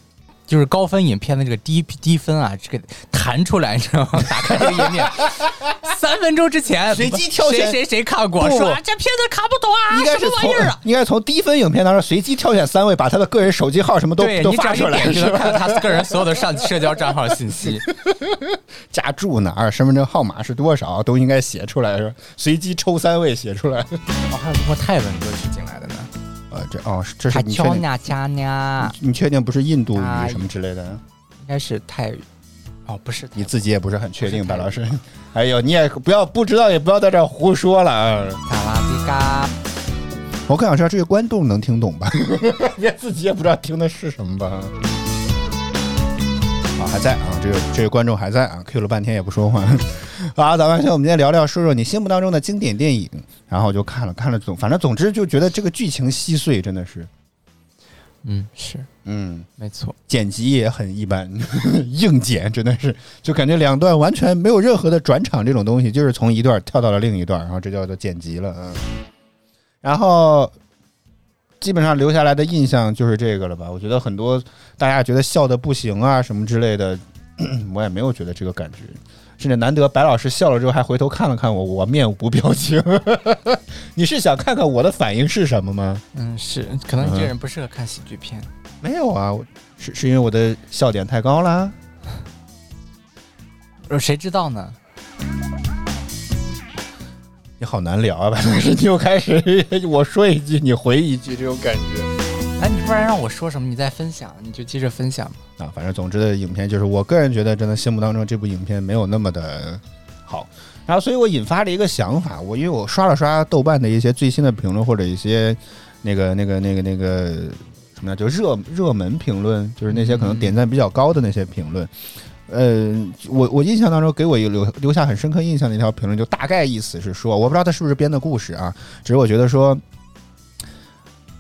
[SPEAKER 2] 就是高分影片的这个低低分啊，这个弹出来，你知道吗？打开这个页 *laughs* 面，三分钟之前
[SPEAKER 3] 随机挑选
[SPEAKER 2] 谁谁谁看过，
[SPEAKER 3] 不
[SPEAKER 2] 说啊这片子看不懂啊，
[SPEAKER 3] 应该
[SPEAKER 2] 什
[SPEAKER 3] 是
[SPEAKER 2] 么玩
[SPEAKER 3] 从
[SPEAKER 2] 意儿啊？
[SPEAKER 3] 应该是从低分影片当中随机挑选三位，把他的个人手机号什么都
[SPEAKER 2] 对
[SPEAKER 3] 都
[SPEAKER 2] 你只要
[SPEAKER 3] 发
[SPEAKER 2] 一
[SPEAKER 3] 出来，
[SPEAKER 2] 点就是能
[SPEAKER 3] 吧？
[SPEAKER 2] 看到他个人所有的上社交账号信
[SPEAKER 3] *laughs*
[SPEAKER 2] 息。
[SPEAKER 3] 家住哪儿、身份证号码是多少，都应该写出来，是吧随机抽三位写
[SPEAKER 2] *laughs*
[SPEAKER 3] 出来。
[SPEAKER 2] 哦，还有什么泰文歌曲进来的呢？
[SPEAKER 3] 呃，这哦，是这是
[SPEAKER 2] 他
[SPEAKER 3] 你确定？
[SPEAKER 2] China China
[SPEAKER 3] 你确定不是印度
[SPEAKER 2] 啊
[SPEAKER 3] 语什么之类的？
[SPEAKER 2] 应该是泰语，哦，不是泰
[SPEAKER 3] 你
[SPEAKER 2] 文
[SPEAKER 3] 自己也不是很确定吧，
[SPEAKER 2] 不
[SPEAKER 3] 老
[SPEAKER 2] 是
[SPEAKER 3] 师？ *laughs* 哎呦，你也不要不知道，也不要在这儿胡说了啊！
[SPEAKER 2] 卡拉迪嘎。
[SPEAKER 3] 我更想知道这个观众能听懂 *laughs* 吧？别自己也不知道听的是什么吧？啊，还在啊，这个这个观众还在啊，Q 了半天也不说话。 *laughs* 啊，咱们先我们今天聊聊，说说你心目当中的经典电影。然后我就看了看了总，反正总之就觉得这个剧情稀碎，真的是，
[SPEAKER 2] 嗯，是
[SPEAKER 3] 嗯，
[SPEAKER 2] 没错。
[SPEAKER 3] 剪辑也很一般， *laughs* 硬剪真的是，就感觉两段完全没有任何的转场这种东西，就是从一段跳到了另一段，然后这叫做剪辑了。嗯，然后基本上留下来的印象就是这个了吧？我觉得很多大家觉得笑的不行啊什么之类的， *clears throat* 我也没有觉得这个感觉。甚至难得白老师笑了之后还回头看了看我，我面无表情。 *laughs* 你是想看看我的反应是什么吗？
[SPEAKER 2] 嗯，是，可能你这个人不适合看喜剧片。
[SPEAKER 3] 没有啊，我是是因为我的笑点太高啦。
[SPEAKER 2] 呃，谁知道呢？
[SPEAKER 3] 你 *laughs* 好难聊啊，白老师，你又开始我说一句你回一句这种感觉。
[SPEAKER 2] 哎，你不然让我说什么，你再分享，你就接着分享吧。
[SPEAKER 3] 啊，反正总之的影片就是，我个人觉得真的心目当中这部影片没有那么的好。然后，所以我引发了一个想法，我因为我刷了刷豆瓣的一些最新的评论或者一些那个那个那个那个什么呀，就热热门评论，就是那些可能点赞比较高的那些评论。呃，我我印象当中给我有留留下很深刻印象的一条评论，就大概意思是说，我不知道他是不是编的故事啊，只是我觉得说，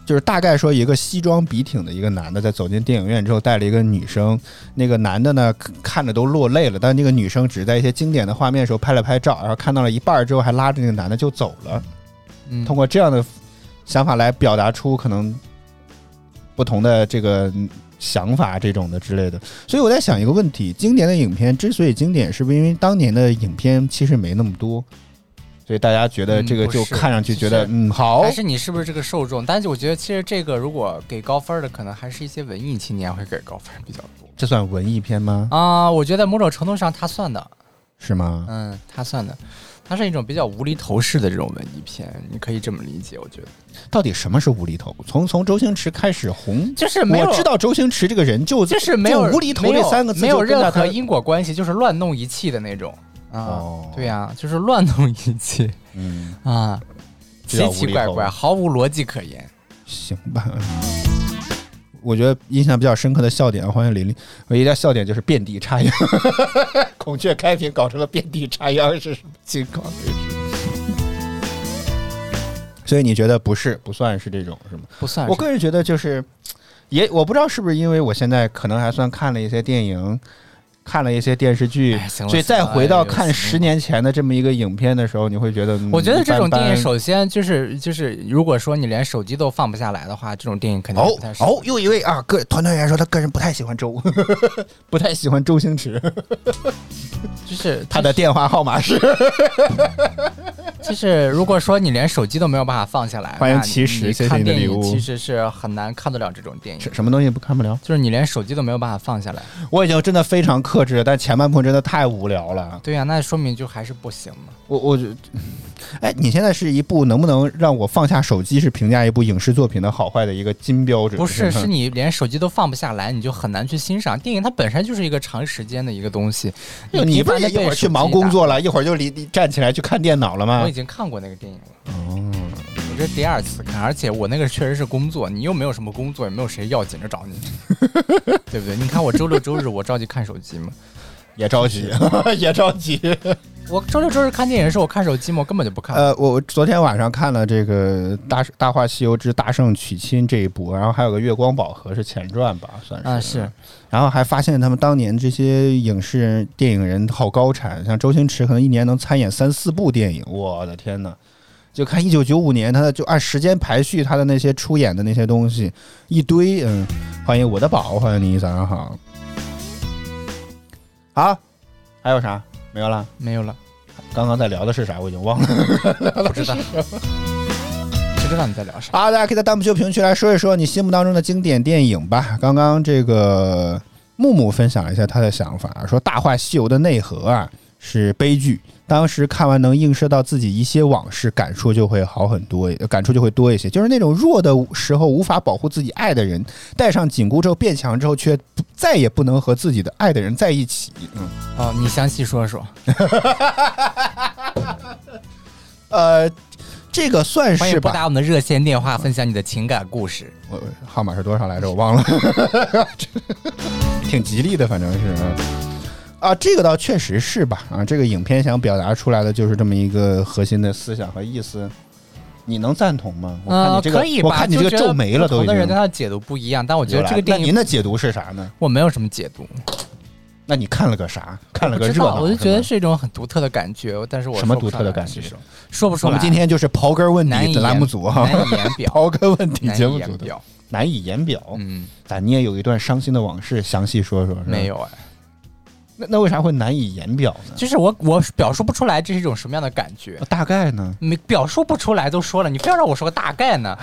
[SPEAKER 3] 就是大概说一个西装笔挺的一个男的在走进电影院之后带了一个女生，那个男的呢看看着都落泪了，但那个女生只是在一些经典的画面的时候拍了拍照，然后看到了一半儿之后还拉着那个男的就走了。
[SPEAKER 2] 嗯，
[SPEAKER 3] 通过这样的想法来表达出可能不同的这个嗯想法这种的之类的。所以我在想一个问题：经典的影片之所以经典，是不是因为当年的影片其实没那么多？所以大家觉得
[SPEAKER 2] 嗯
[SPEAKER 3] 这个
[SPEAKER 2] 不
[SPEAKER 3] 就是看上去觉得
[SPEAKER 2] 是
[SPEAKER 3] 嗯好
[SPEAKER 2] 还，是你是不是这个受众？但是我觉得其实这个如果给高分儿的，可能还是一些文艺青年会给高分儿比较多
[SPEAKER 3] 这算文艺片吗？
[SPEAKER 2] 啊、我觉得某种程度上他算的，
[SPEAKER 3] 是吗？
[SPEAKER 2] 嗯，他算的，它是一种比较无厘头式的这种文艺片，你可以这么理解，我觉得
[SPEAKER 3] 到底什么是无厘头？从从周星驰开始红，
[SPEAKER 2] 就是没有
[SPEAKER 3] 我知道周星驰这个人就
[SPEAKER 2] 就是没有
[SPEAKER 3] 就无厘头
[SPEAKER 2] 没有
[SPEAKER 3] 这三个字
[SPEAKER 2] 没有
[SPEAKER 3] 就跟
[SPEAKER 2] 任
[SPEAKER 3] 着
[SPEAKER 2] 何
[SPEAKER 3] 他
[SPEAKER 2] 因果关系，就是乱弄一气的那种啊，
[SPEAKER 3] 哦
[SPEAKER 2] 对呀、就是乱弄一气
[SPEAKER 3] 嗯
[SPEAKER 2] 啊，
[SPEAKER 3] 这叫
[SPEAKER 2] 奇
[SPEAKER 3] 无
[SPEAKER 2] 奇
[SPEAKER 3] 厘
[SPEAKER 2] 怪
[SPEAKER 3] 头
[SPEAKER 2] 怪，毫无逻辑可言。
[SPEAKER 3] 行吧。我觉得印象比较深刻的笑点啊，欢迎琳琳。我一条笑点就是遍地插秧， *laughs* 孔雀开屏搞成了遍地插秧是什么情况？所以你觉得不是不算是这种是吗？
[SPEAKER 2] 不算
[SPEAKER 3] 我
[SPEAKER 2] 是，
[SPEAKER 3] 个人觉得就是，也我不知道是不是因为我现在可能还算看了一些电影，看了一些电视剧
[SPEAKER 2] 哎，行了
[SPEAKER 3] 所以再回到
[SPEAKER 2] 行了哎
[SPEAKER 3] 看
[SPEAKER 2] 呦
[SPEAKER 3] 十年前的这么一个影片的时候，你会觉得，嗯
[SPEAKER 2] 我觉得这种电影，
[SPEAKER 3] 一般般
[SPEAKER 2] 首先就是就是，如果说你连手机都放不下来的话，这种电影肯定
[SPEAKER 3] 哦
[SPEAKER 2] 不太适合。
[SPEAKER 3] 哦，又一位啊，个团团员说他个人不太喜欢周， *laughs* 不太喜欢周
[SPEAKER 2] *laughs*
[SPEAKER 3] 星驰，
[SPEAKER 2] 就是
[SPEAKER 3] 他的电话号码是
[SPEAKER 2] 就是如果说你连手机都没有办法放下来，
[SPEAKER 3] 欢迎
[SPEAKER 2] 那你
[SPEAKER 3] 奇石
[SPEAKER 2] 你
[SPEAKER 3] 谢谢
[SPEAKER 2] 看
[SPEAKER 3] 你的
[SPEAKER 2] 电
[SPEAKER 3] 礼
[SPEAKER 2] 影
[SPEAKER 3] 物
[SPEAKER 2] 其实是很难看得了这种电影。
[SPEAKER 3] 什么东西不看不了？
[SPEAKER 2] 就是你连手机都没有办法放下来，
[SPEAKER 3] 我已经真的非常克制了，但前半部分真的太无聊了。
[SPEAKER 2] 对呀、那说明就还是不行嘛。
[SPEAKER 3] 我我就，哎，你现在是一部能不能让我放下手机，是评价一部影视作品的好坏的一个金标准？
[SPEAKER 2] 不是，
[SPEAKER 3] 吗 *laughs*
[SPEAKER 2] 是你连手机都放不下来，你就很难去欣赏电影。它本身就是一个长时间的一个东西。
[SPEAKER 3] 你
[SPEAKER 2] 频
[SPEAKER 3] 不
[SPEAKER 2] 繁
[SPEAKER 3] 是
[SPEAKER 2] 地
[SPEAKER 3] 也一会
[SPEAKER 2] 被
[SPEAKER 3] 儿去
[SPEAKER 2] 手
[SPEAKER 3] 忙
[SPEAKER 2] 机
[SPEAKER 3] 工
[SPEAKER 2] 打
[SPEAKER 3] 作了，啊一会儿就离离站起来去看电脑了
[SPEAKER 2] 我
[SPEAKER 3] 吗
[SPEAKER 2] 已？经看过那个电影了。哦，我这是第二次看，而且我那个确实是工作，你又没有什么工作，也没有谁要紧着
[SPEAKER 3] *laughs*
[SPEAKER 2] 找你，对不对？你看我周六周日我着急看手机嘛，
[SPEAKER 3] 也着急， *laughs* 也着急。
[SPEAKER 2] 我周六周日看电影是我看手机嘛，我根本就不看。
[SPEAKER 3] 呃，我我昨天晚上看了这个大《大话西游之大圣娶亲》这一部，然后还有个《月光宝盒》是前传吧，算是。
[SPEAKER 2] 啊是。
[SPEAKER 3] 然后还发现他们当年这些影视人、电影人好高产，像周星驰可能一年能参演三四部电影，我的天呐！就看一九九五年，他的就按时间排序，他的那些出演的那些东西一堆，嗯，欢迎我的宝，欢迎你，早上好。好，还有啥？没有了。
[SPEAKER 2] 没有了，
[SPEAKER 3] 刚刚在聊的是啥？我已经忘了。
[SPEAKER 2] 不知道，谁知道你在聊啥？
[SPEAKER 3] 好，大家可以在弹幕区、评论区来说一说你心目当中的经典电影吧。刚刚这个木木分享了一下他的想法，说《大话西游》的内核啊是悲剧，当时看完能映射到自己一些往事，感触就会好很多，呃感触就会多一些。就是那种弱的时候无法保护自己爱的人，戴上紧箍咒变强之后，却不再也不能和自己的爱的人在一起。嗯，
[SPEAKER 2] 哦，你详细说说。
[SPEAKER 3] 呃，这个算
[SPEAKER 2] 欢迎
[SPEAKER 3] 是
[SPEAKER 2] 拨
[SPEAKER 3] 吧。
[SPEAKER 2] 打我们的热线电话，分享你的情感故事。
[SPEAKER 3] 我号码是多少来着？我忘了， *laughs* 挺吉利的，反正是啊啊，这个倒确实是吧啊，这个影片想表达出来的就是这么一个核心的思想和意思，你能赞同吗？我看
[SPEAKER 2] 呃
[SPEAKER 3] 你这个，
[SPEAKER 2] 可以吧？
[SPEAKER 3] 我看你这
[SPEAKER 2] 就
[SPEAKER 3] 个
[SPEAKER 2] 觉得
[SPEAKER 3] 皱眉了都
[SPEAKER 2] 不同
[SPEAKER 3] 已
[SPEAKER 2] 的人
[SPEAKER 3] 经
[SPEAKER 2] 对。他的解读不一样，但我觉得这个
[SPEAKER 3] 那
[SPEAKER 2] 电
[SPEAKER 3] 您
[SPEAKER 2] 影
[SPEAKER 3] 的解读是啥呢？
[SPEAKER 2] 我没有什么解读，
[SPEAKER 3] 那你看了个啥？看了
[SPEAKER 2] 我
[SPEAKER 3] 个
[SPEAKER 2] 不知
[SPEAKER 3] 热
[SPEAKER 2] 道，
[SPEAKER 3] 闹，
[SPEAKER 2] 我就觉得
[SPEAKER 3] 是
[SPEAKER 2] 是一种很独特的感觉，但是我
[SPEAKER 3] 什么
[SPEAKER 2] 说不
[SPEAKER 3] 独
[SPEAKER 2] 上
[SPEAKER 3] 特的
[SPEAKER 2] 来
[SPEAKER 3] 感
[SPEAKER 2] 是
[SPEAKER 3] 觉
[SPEAKER 2] 什么说不
[SPEAKER 3] 吧
[SPEAKER 2] 出
[SPEAKER 3] 我
[SPEAKER 2] 来。
[SPEAKER 3] 们今天就是刨根问
[SPEAKER 2] 难以
[SPEAKER 3] 底的
[SPEAKER 2] 言
[SPEAKER 3] 栏目组哈，
[SPEAKER 2] 难以言表，
[SPEAKER 3] *laughs* 刨根问底
[SPEAKER 2] 难
[SPEAKER 3] 节
[SPEAKER 2] 以
[SPEAKER 3] 目组
[SPEAKER 2] 言
[SPEAKER 3] 的
[SPEAKER 2] 表。
[SPEAKER 3] 难以言表。
[SPEAKER 2] 嗯，
[SPEAKER 3] 但你也有一段伤心的往事，详细说说。是吧
[SPEAKER 2] 没有哎，
[SPEAKER 3] 那那为啥会难以言表呢？
[SPEAKER 2] 就是我我表述不出来这是一种什么样的感觉，
[SPEAKER 3] 大概呢？
[SPEAKER 2] 没表述不出来都说了，你非要让我说个大概呢，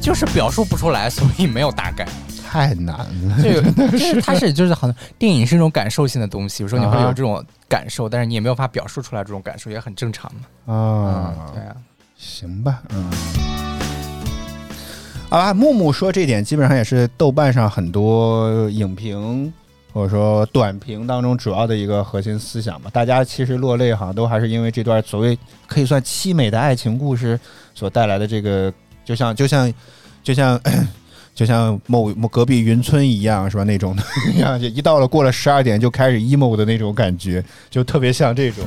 [SPEAKER 2] 就是表述不出来，所以没有大
[SPEAKER 3] *laughs*
[SPEAKER 2] 概。
[SPEAKER 3] 太难了。
[SPEAKER 2] 这个就是它是就是好像电影是一种感受性的东西，有时候你会
[SPEAKER 3] 啊
[SPEAKER 2] 有
[SPEAKER 3] 哈
[SPEAKER 2] 这种感受，但是你也没有法表述出来，这种感受也很正常嘛。
[SPEAKER 3] 啊
[SPEAKER 2] 对啊，
[SPEAKER 3] 行吧，嗯。好吧，木木说这点基本上也是豆瓣上很多影评或者说短评当中主要的一个核心思想吧。大家其实落泪好像都还是因为这段所谓可以算凄美的爱情故事所带来的这个，就像就像就像。就像某某隔壁云村一样，是吧？那种的，一样就一到了过了十二点就开始 emo 的那种感觉，就特别像这种。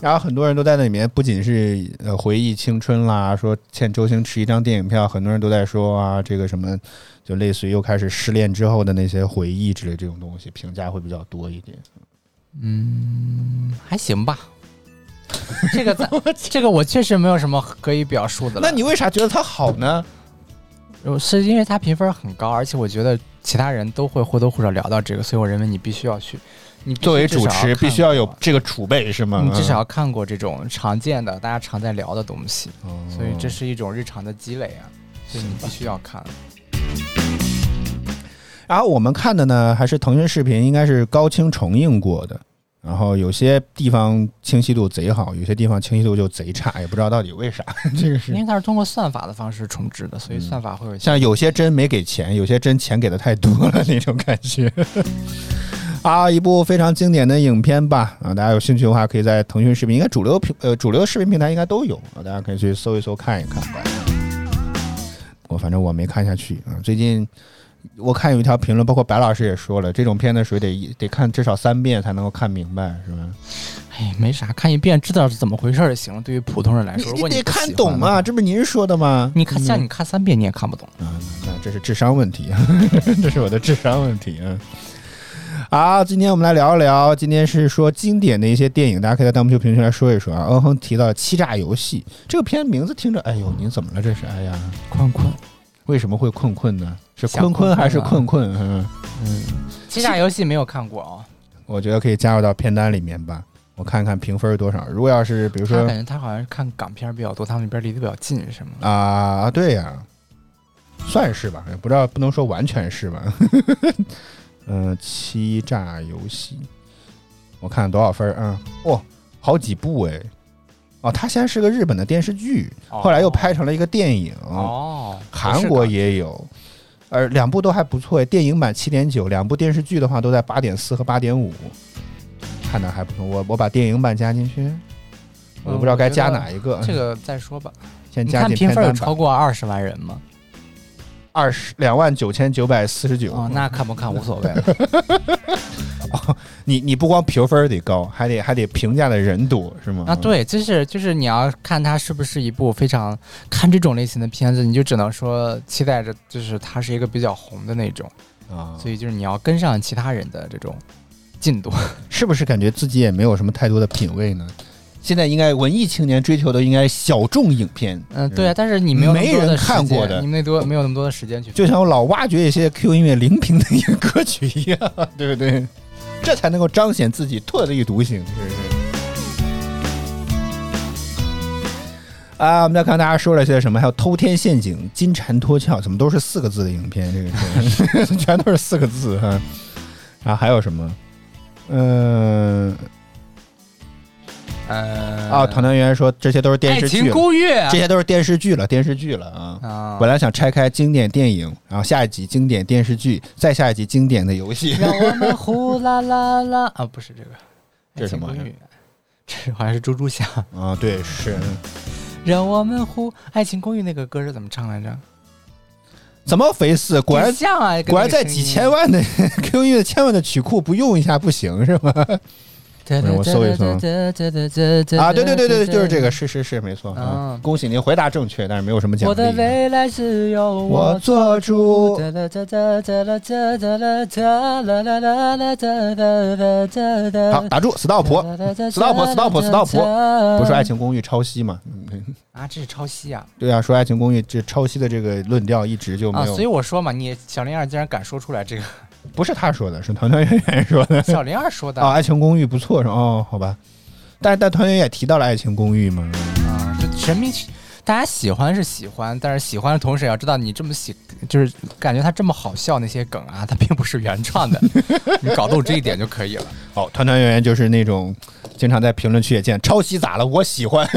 [SPEAKER 3] 然后很多人都在那里面，不仅是呃回忆青春啦，说欠周星驰一张电影票，很多人都在说啊，这个什么，就类似于又开始失恋之后的那些回忆之类这种东西，评价会比较多一点。
[SPEAKER 2] 还行吧。这个
[SPEAKER 3] *laughs*
[SPEAKER 2] 在这个我确实没有什么可以表述的了。
[SPEAKER 3] 那你为啥觉得它好呢？
[SPEAKER 2] 我是因为他评分很高，而且我觉得其他人都会或多或少聊到这个，所以我认为你必须要去，你必须
[SPEAKER 3] 作为
[SPEAKER 2] 至
[SPEAKER 3] 主
[SPEAKER 2] 少
[SPEAKER 3] 持，
[SPEAKER 2] 看
[SPEAKER 3] 必须要有嗯
[SPEAKER 2] 过
[SPEAKER 3] 这个储备，是吗？
[SPEAKER 2] 你嗯至少要看过这种常见的、大家常在聊的东西，
[SPEAKER 3] 嗯
[SPEAKER 2] 所以这是一种日常的积累啊，所以你必须要看。
[SPEAKER 3] 然后我们看的呢，还是腾讯视频，应该是高清重映过的。然后有些地方清晰度贼好，有些地方清晰度就贼差，也不知道到底为啥。这个
[SPEAKER 2] 因
[SPEAKER 3] 是
[SPEAKER 2] 为它是嗯通过算法的方式重置的，所以算法会有一些
[SPEAKER 3] 像有些真没给钱，有些真钱给的太多了那种感觉。啊，一部非常经典的影片吧，啊，大家有兴趣的话，可以在腾讯视频，应该主流平呃主流视频平台应该都有啊，大家可以去搜一搜看一看吧。我反正我没看下去啊，最近我看有一条评论，包括白老师也说了，这种片子属于得一得看至少三遍才能够看明白，是吧？
[SPEAKER 2] 哎，没啥，看一遍知道是怎么回事儿就行了。对于普通人来说，如果
[SPEAKER 3] 得
[SPEAKER 2] 不喜
[SPEAKER 3] 看
[SPEAKER 2] 欢
[SPEAKER 3] 懂
[SPEAKER 2] 的话
[SPEAKER 3] 啊，这不是您说的吗？
[SPEAKER 2] 你看，像你看三遍你也看不懂。
[SPEAKER 3] 啊，那这是智商问题， *laughs* 这是我的智商问题啊。好，今天我们来聊一聊，今天是说经典的一些电影，大家可以在弹幕区评论区来说一说啊。嗯哼，提到了《欺诈游戏》这个片名字听着，哎呦，您怎么了？这是，哎呀，
[SPEAKER 2] 坤坤，
[SPEAKER 3] 为什么会困困呢？是
[SPEAKER 2] 想
[SPEAKER 3] 坤
[SPEAKER 2] 困
[SPEAKER 3] 坤还是
[SPEAKER 2] 困啊
[SPEAKER 3] 困困？嗯，
[SPEAKER 2] 欺诈游戏没有看过啊、
[SPEAKER 3] 我觉得可以加入到片单里面吧，我看看评分是多少。如果要是比如
[SPEAKER 2] 他
[SPEAKER 3] 说
[SPEAKER 2] 感觉他好像是看港片比较多，他们那边离得比较近，是吗？
[SPEAKER 3] 啊，对呀、算是吧，也不知道不能说完全是吧。 *laughs* 嗯、欺诈游戏，我看多少分儿啊？哦，好几部哎。哦，它先是个日本的电视剧，
[SPEAKER 2] 哦
[SPEAKER 3] 后来又拍成了一个电影，
[SPEAKER 2] 哦，
[SPEAKER 3] 韩国也有，呃，两部都还不错哎。电影版七点九，两部电视剧的话都在八点四和八点五，看的还不错。我我把电影版加进去，我都不知
[SPEAKER 2] 呃
[SPEAKER 3] 道该加哪一个。
[SPEAKER 2] 这个再说吧。
[SPEAKER 3] 先
[SPEAKER 2] 你
[SPEAKER 3] 加
[SPEAKER 2] 看
[SPEAKER 3] 进
[SPEAKER 2] 评
[SPEAKER 3] 片
[SPEAKER 2] 分有
[SPEAKER 3] 单
[SPEAKER 2] 超
[SPEAKER 3] 吧。
[SPEAKER 2] 过二十万人吗？
[SPEAKER 3] 二十两万九千九百四十九。
[SPEAKER 2] 哦，那看不看无所谓了。
[SPEAKER 3] 你你不光评分得高，还得还得评价的人多是吗？
[SPEAKER 2] 啊，，对，就是就是你要看它是不是一部非常看这种类型的片子，你就只能说期待着，就是它是一个比较红的那种，
[SPEAKER 3] 啊，
[SPEAKER 2] 所以就是你要跟上其他人的这种进度。 *laughs*
[SPEAKER 3] 是不是感觉自己也没有什么太多的品味呢？现在应该文艺青年追求的应该小众影片，
[SPEAKER 2] 嗯，对啊，
[SPEAKER 3] 嗯
[SPEAKER 2] 但是你没有那么
[SPEAKER 3] 没
[SPEAKER 2] 多
[SPEAKER 3] 人
[SPEAKER 2] 的时
[SPEAKER 3] 看过
[SPEAKER 2] 间
[SPEAKER 3] 的
[SPEAKER 2] 你没多没有那么多的时间去。
[SPEAKER 3] 就像我老挖掘一些 Q 音乐零评的一个歌曲一样， *laughs* 对不对？这才能够彰显自己特立独行，是不是？啊，我们再看大家说了些什么，还有《偷天陷阱》《金蝉脱壳》，怎么都是四个字的影片？这个是 *laughs* 全都是四个字哈。啊，还有什么？嗯、
[SPEAKER 2] 呃
[SPEAKER 3] 啊，团团圆说这些都是电
[SPEAKER 2] 爱
[SPEAKER 3] 视
[SPEAKER 2] 情
[SPEAKER 3] 剧了，
[SPEAKER 2] 公寓
[SPEAKER 3] 这些都是电视剧了，电视剧了啊。
[SPEAKER 2] 啊
[SPEAKER 3] 本，来想拆开经典电影，然后下一集经典电视剧，再下一集经典的游戏。
[SPEAKER 2] 让我们呼啦啦啦啊，不是这个，
[SPEAKER 3] 这是什么
[SPEAKER 2] 爱情公寓？ *laughs* 这好像 *laughs* 是猪猪侠。
[SPEAKER 3] *laughs* 啊，对，是。
[SPEAKER 2] 让我们呼《爱情公寓》那个歌是怎么唱来着？
[SPEAKER 3] 怎么回事？果然
[SPEAKER 2] 挺像啊，跟
[SPEAKER 3] 果然
[SPEAKER 2] 那个
[SPEAKER 3] 在
[SPEAKER 2] 声
[SPEAKER 3] 几
[SPEAKER 2] 音
[SPEAKER 3] 千万的 *laughs* Q 音乐千万的曲库不用一下不行
[SPEAKER 2] *laughs*
[SPEAKER 3] 是吗？是我搜一搜啊，对对对对，就是这个，是是是，没错。啊
[SPEAKER 2] 嗯，
[SPEAKER 3] 恭喜您回答正确，但是没有什么奖
[SPEAKER 2] 我的
[SPEAKER 3] 励。
[SPEAKER 2] 未来是由
[SPEAKER 3] 我
[SPEAKER 2] 我
[SPEAKER 3] 做主。好，
[SPEAKER 2] 好，
[SPEAKER 3] 打住，stop。stop，stop，stop，stop，不是《爱情公寓》抄袭嘛？嗯
[SPEAKER 2] 啊，这是抄袭啊！
[SPEAKER 3] *laughs* 对啊，说《爱情公寓》这抄袭的这个论调一直就没
[SPEAKER 2] 啊，
[SPEAKER 3] 有
[SPEAKER 2] 所以，我说嘛，你小林儿竟然敢说出来这个，
[SPEAKER 3] 不是他说的，是团团圆圆说
[SPEAKER 2] *laughs*
[SPEAKER 3] 的。
[SPEAKER 2] 小林儿说的
[SPEAKER 3] 啊，《爱情公寓》不错是吧哦，好吧。但是但团圆也提到了《爱情公寓》嘛，
[SPEAKER 2] 啊，就神明，大家喜欢是喜欢，但是喜欢的同时也要知道，你这么喜，就是感觉他这么好笑那些梗啊，它并不是原创的，你搞懂这一点就可以了。
[SPEAKER 3] 哦，团团圆圆就是那种经常在评论区也见抄袭咋了？我喜欢，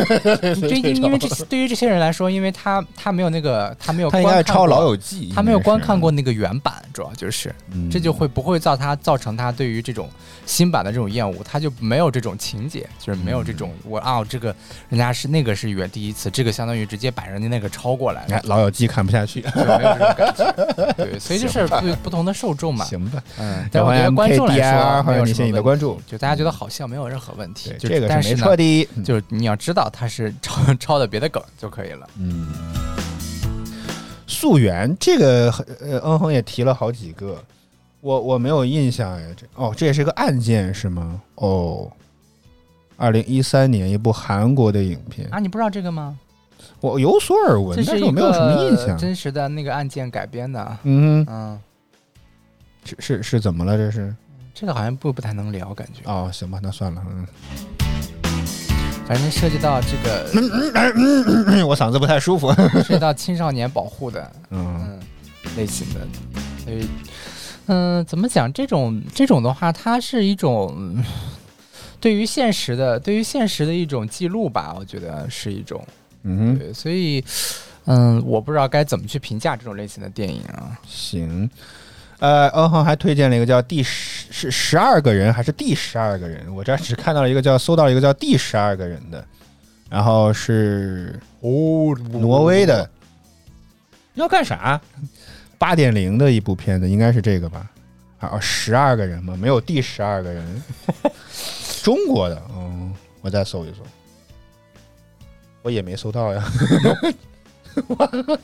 [SPEAKER 2] 这因因为这对于这些人来说，因为他他没有那个他没有
[SPEAKER 3] 他
[SPEAKER 2] 观
[SPEAKER 3] 应该
[SPEAKER 2] 看
[SPEAKER 3] 是抄《
[SPEAKER 2] 过
[SPEAKER 3] 老友记》，
[SPEAKER 2] 他没有
[SPEAKER 3] 应该是嗯
[SPEAKER 2] 观看过那个原版，主要就是，这就会不会造他造成他对于这种新版的这种厌恶，他就没有这种情节，就是没有这种
[SPEAKER 3] 嗯
[SPEAKER 2] 我啊这个人家是那个是原第一次，这个相当于直接把人家那个抄过来
[SPEAKER 3] *laughs* 哎
[SPEAKER 2] 了，，
[SPEAKER 3] 《老友记》看不
[SPEAKER 2] *laughs*
[SPEAKER 3] 下去，
[SPEAKER 2] 就没有这种感
[SPEAKER 3] *laughs*
[SPEAKER 2] 觉。对，所以就是对不同的受众嘛，
[SPEAKER 3] 行 *laughs* 吧。
[SPEAKER 2] 嗯，但
[SPEAKER 3] 小
[SPEAKER 2] 我
[SPEAKER 3] 欢
[SPEAKER 2] 觉得
[SPEAKER 3] 迎
[SPEAKER 2] 观众来
[SPEAKER 3] KDI 啊，
[SPEAKER 2] 说没
[SPEAKER 3] 欢迎
[SPEAKER 2] 有
[SPEAKER 3] 你
[SPEAKER 2] 什
[SPEAKER 3] 谢
[SPEAKER 2] 么
[SPEAKER 3] 你的
[SPEAKER 2] 问
[SPEAKER 3] 关
[SPEAKER 2] 题，
[SPEAKER 3] 注，
[SPEAKER 2] 就大家觉得好笑没有任何问题
[SPEAKER 3] 嗯对，，
[SPEAKER 2] 就
[SPEAKER 3] 这个
[SPEAKER 2] 但
[SPEAKER 3] 没
[SPEAKER 2] 呢
[SPEAKER 3] 错的。嗯
[SPEAKER 2] 就是你要知道他是 *laughs* 抄抄的别的梗就可以了。
[SPEAKER 3] 嗯溯源这个，呃，恩恒也提了好几个，我我没有印象哎，这哦，这也是个案件是吗？哦，二零一三年一部韩国的影片，
[SPEAKER 2] 啊，你不知道这个吗？
[SPEAKER 3] 我有所耳闻
[SPEAKER 2] 这，
[SPEAKER 3] 但
[SPEAKER 2] 是
[SPEAKER 3] 是
[SPEAKER 2] 一
[SPEAKER 3] 我没有什么印
[SPEAKER 2] 个
[SPEAKER 3] 象。
[SPEAKER 2] 真实的那个案件改编的啊。
[SPEAKER 3] 嗯哼，
[SPEAKER 2] 嗯，
[SPEAKER 3] 是是是怎么了？这是
[SPEAKER 2] 这个好像不不太能聊，感觉，
[SPEAKER 3] 哦，行吧，那算了，嗯
[SPEAKER 2] *laughs* 反正涉及到这个，
[SPEAKER 3] 嗯，我嗓子不太舒服。
[SPEAKER 2] 涉及到青少年保护的，
[SPEAKER 3] *laughs* 嗯，
[SPEAKER 2] 嗯，类型的，所以，嗯、怎么讲？这种这种的话，它是一种嗯对于现实的，对于现实的一种记录吧，我觉得是一种，
[SPEAKER 3] 嗯
[SPEAKER 2] 对，所以，嗯，我不知道该怎么去评价这种类型的电影啊
[SPEAKER 3] 哼，。行。呃，恩恒还推荐了一个叫《第十呃嗯是十二个人》还是《第十二个人》？我这儿只看到了一个叫搜到了一个叫《第十二个人》的，然后是
[SPEAKER 2] 哦，
[SPEAKER 3] 挪威的，要干啥？八点零的一部片子，应该是这个吧？啊，十二个人吗？没有第十二个人，中国的，嗯，我再搜一搜，我也没搜到呀， *laughs*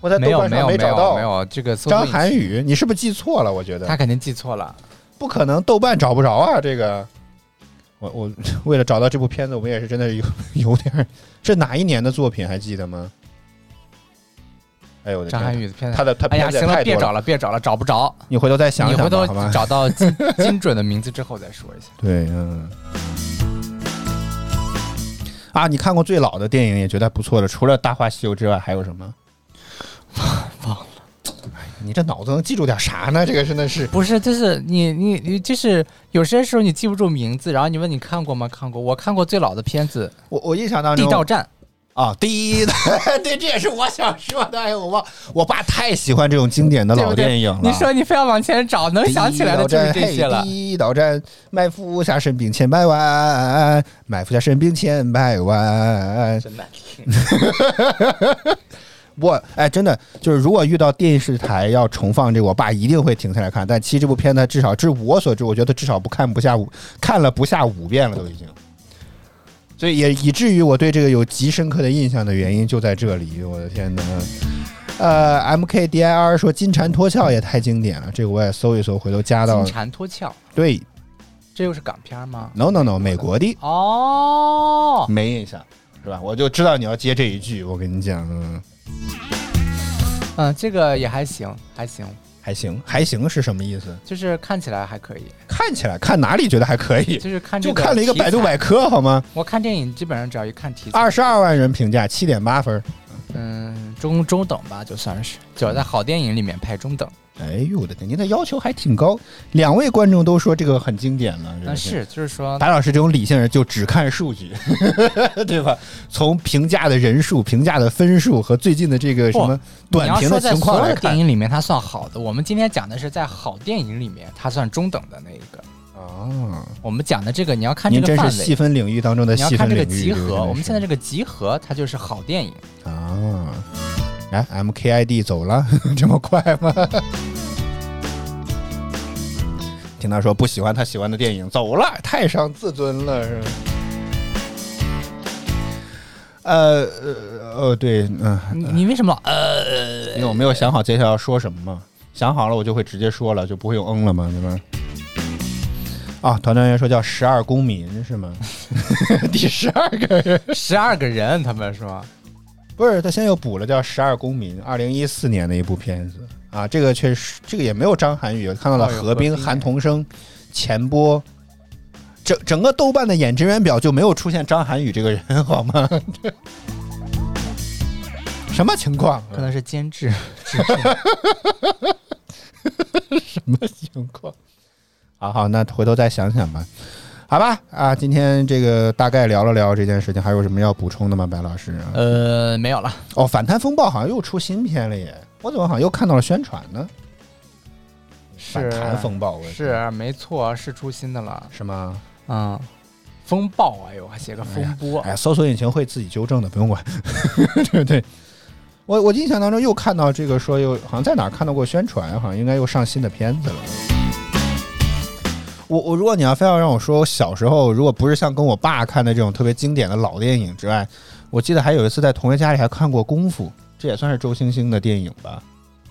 [SPEAKER 3] 我我在
[SPEAKER 2] 没
[SPEAKER 3] 豆
[SPEAKER 2] 有
[SPEAKER 3] 瓣
[SPEAKER 2] 没
[SPEAKER 3] 上
[SPEAKER 2] 有没
[SPEAKER 3] 找
[SPEAKER 2] 有
[SPEAKER 3] 到
[SPEAKER 2] 没有，这个搜索
[SPEAKER 3] 张
[SPEAKER 2] 引
[SPEAKER 3] 涵
[SPEAKER 2] 擎，
[SPEAKER 3] 予，你是不是记错了？我觉
[SPEAKER 2] 他
[SPEAKER 3] 得
[SPEAKER 2] 肯定记错了。
[SPEAKER 3] 不可能，豆瓣找不着啊，这个。我我为了找到这部片子，我们也是真的有 *laughs* 有点儿，这哪一年的作品还记得吗？哎呦我的
[SPEAKER 2] 张
[SPEAKER 3] 天
[SPEAKER 2] 涵予的片子
[SPEAKER 3] 他的他
[SPEAKER 2] 哎呀，
[SPEAKER 3] 片子也
[SPEAKER 2] 行
[SPEAKER 3] 太
[SPEAKER 2] 了，别
[SPEAKER 3] 多
[SPEAKER 2] 找了，别找了，找不着。
[SPEAKER 3] 你回头再想
[SPEAKER 2] 你
[SPEAKER 3] 想
[SPEAKER 2] 回头
[SPEAKER 3] 吧，好吧？
[SPEAKER 2] 找到精 *laughs* 精准的名字之后再说一下。
[SPEAKER 3] 对，嗯。啊，你看过最老的电影也觉得不错的，除了《大话西游》之外，还有什么？
[SPEAKER 2] *laughs* 忘了，
[SPEAKER 3] 哎，你这脑子能记住点啥呢？这个真的是，
[SPEAKER 2] *laughs* 不是，就是你你你，就是有些时候你记不住名字，然后你问你看过吗？看过，我看过最老的片子
[SPEAKER 3] 我我印象当
[SPEAKER 2] 《
[SPEAKER 3] 中，
[SPEAKER 2] 地道战
[SPEAKER 3] 啊，第一的， *laughs* 对，这也是我想说的。哎，我忘，我爸太喜欢这种经典的》，
[SPEAKER 2] 对
[SPEAKER 3] 老
[SPEAKER 2] 不对
[SPEAKER 3] 电影了。
[SPEAKER 2] 你说你非要往前找，能想起来的就是这些了
[SPEAKER 3] 第。一岛战，卖富下身兵千百万，卖富下身兵千百万。
[SPEAKER 2] 真难听，
[SPEAKER 3] 我哎，真的就是，如果遇到电视台要重放这个，我爸一定会停下来看。但其实这部片子至少，至我所知，我觉得至少不看不下五，看了不下五遍了都已经。所以也以至于我对这个有极深刻的印象的原因就在这里。我的天哪！呃，M K D I R 说金蝉脱壳也太经典了，这个我也搜一搜，回头加到
[SPEAKER 2] 金蝉脱壳，
[SPEAKER 3] 对
[SPEAKER 2] 这又是港片吗？
[SPEAKER 3] ，no no no，美国的
[SPEAKER 2] 哦，
[SPEAKER 3] 没印象是吧？我就知道你要接这一句，我跟你讲，嗯，
[SPEAKER 2] 嗯，这个也还行，还行，
[SPEAKER 3] 还行还行是什么意思？
[SPEAKER 2] 就是看起来还可以，
[SPEAKER 3] 看起来看哪里觉得还可以，
[SPEAKER 2] 就是看这
[SPEAKER 3] 就看了一个
[SPEAKER 2] 题材
[SPEAKER 3] 百度百科，好吗？
[SPEAKER 2] 我看电影基本上只要一看题材，
[SPEAKER 3] 二十二万人评价，七点八分。
[SPEAKER 2] 嗯，中中等吧，就算是，只要在好电影里面排中等。
[SPEAKER 3] 哎呦我的天，您的要求还挺高。两位观众都说这个很经典了，这
[SPEAKER 2] 那
[SPEAKER 3] 个
[SPEAKER 2] 是，就是说，
[SPEAKER 3] 白老师这种理性人就只看数据， *laughs* 对吧？从评价的人数、评价的分数和最近的这个什么
[SPEAKER 2] 你
[SPEAKER 3] 短
[SPEAKER 2] 要
[SPEAKER 3] 评
[SPEAKER 2] 说
[SPEAKER 3] 的
[SPEAKER 2] 在
[SPEAKER 3] 情
[SPEAKER 2] 所
[SPEAKER 3] 况
[SPEAKER 2] 有
[SPEAKER 3] 来
[SPEAKER 2] 的电
[SPEAKER 3] 看
[SPEAKER 2] 影里面，它算好的。我们今天讲的是在好电影里面，它算中等的那一个。
[SPEAKER 3] 啊，
[SPEAKER 2] 我们讲的这个，你要看这
[SPEAKER 3] 您
[SPEAKER 2] 个
[SPEAKER 3] 真
[SPEAKER 2] 范
[SPEAKER 3] 是
[SPEAKER 2] 围
[SPEAKER 3] 细，分领域当中的
[SPEAKER 2] 你要
[SPEAKER 3] 细
[SPEAKER 2] 看
[SPEAKER 3] 分
[SPEAKER 2] 这
[SPEAKER 3] 领
[SPEAKER 2] 个
[SPEAKER 3] 域。
[SPEAKER 2] 集
[SPEAKER 3] 这个真
[SPEAKER 2] 合。
[SPEAKER 3] 的
[SPEAKER 2] 我们
[SPEAKER 3] 是
[SPEAKER 2] 现在这个集合，它就是好电影。
[SPEAKER 3] 啊，来 MKID 走了， *laughs* 这么快吗？听他说不喜欢他喜欢的电影，走了，太伤自尊了，是吧？呃呃呃，对，嗯、
[SPEAKER 2] 你你为什么老呃？
[SPEAKER 3] 因为我没有想好接下来要说什么嘛，想好了我就会直接说了，就不会用嗯了嘛，对吧？啊，团团员说叫十二公民是吗？ *laughs* 第十二个人。
[SPEAKER 2] 十二个人，他们说
[SPEAKER 3] 不是，他现在又补了叫《十二公民》，二零一四年的一部片子啊，这个确实，这个也没有张涵予，看到了
[SPEAKER 2] 哦有
[SPEAKER 3] 何冰、
[SPEAKER 2] 何冰
[SPEAKER 3] 韩童生、钱波，整整个豆瓣的演职员表就没有出现张涵予这个人， *laughs* 好吗？这什么情况？啊
[SPEAKER 2] 可能是监制。
[SPEAKER 3] 什么情况？好好，那回头再想想吧。好吧，啊，今天这个大概聊了聊这件事情，还有什么要补充的吗，白老师？啊
[SPEAKER 2] 呃，没有了。
[SPEAKER 3] 哦，反贪风暴好像又出新片了耶，我怎么好像又看到了宣传呢？反
[SPEAKER 2] 是啊
[SPEAKER 3] 弹风暴，我
[SPEAKER 2] 是没错，是出新的了。
[SPEAKER 3] 是吗？
[SPEAKER 2] 嗯，风暴，哎呦，还写个风波。
[SPEAKER 3] 哎呀，搜索引擎会自己纠正的，不用管， *laughs* 对不对？我我印象当中又看到这个说又好像在哪儿看到过宣传，好像应该又上新的片子了。我我如果你要非要让我说，我小时候如果不是像跟我爸看的这种特别经典的老电影之外，我记得还有一次在同学家里还看过《功夫》，这也算是周星星的电影吧，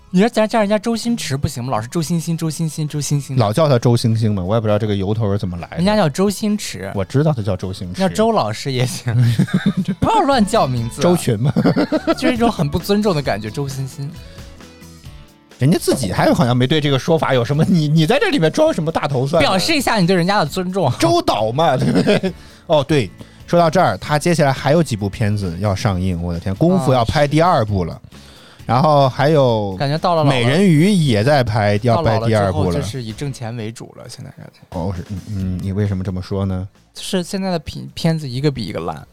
[SPEAKER 2] 你说咱叫人家周星驰不行吗？老是周星星，周星星，周星星，
[SPEAKER 3] 老叫他周星星嘛，我也不知道这个由头是怎么来的。
[SPEAKER 2] 人家叫周星驰，
[SPEAKER 3] 我知道他叫周星驰，
[SPEAKER 2] 叫周老师也行， *laughs* 不要乱叫名字啊、
[SPEAKER 3] 周群嘛， *laughs*
[SPEAKER 2] 就是一种很不尊重的感觉。周星星，
[SPEAKER 3] 人家自己还好像没对这个说法有什么，你你在这里面装什么大头蒜？啊
[SPEAKER 2] 表示一下你对人家的尊
[SPEAKER 3] *laughs*
[SPEAKER 2] 重。
[SPEAKER 3] 周导嘛，对不对？哦，对，说到这儿，他接下来还有几部片子要上映，我的天，功夫
[SPEAKER 2] 啊
[SPEAKER 3] 要拍第二部了，然后还有
[SPEAKER 2] 感觉到了老了
[SPEAKER 3] 美人鱼也在拍，
[SPEAKER 2] 到
[SPEAKER 3] 要拍
[SPEAKER 2] 老了
[SPEAKER 3] 第
[SPEAKER 2] 之
[SPEAKER 3] 二部
[SPEAKER 2] 后，就
[SPEAKER 3] 了。
[SPEAKER 2] 是以挣钱为主了。现在感觉
[SPEAKER 3] 哦，是，嗯嗯，你为什么这么说呢？
[SPEAKER 2] 就是现在的片片子一个比一个烂。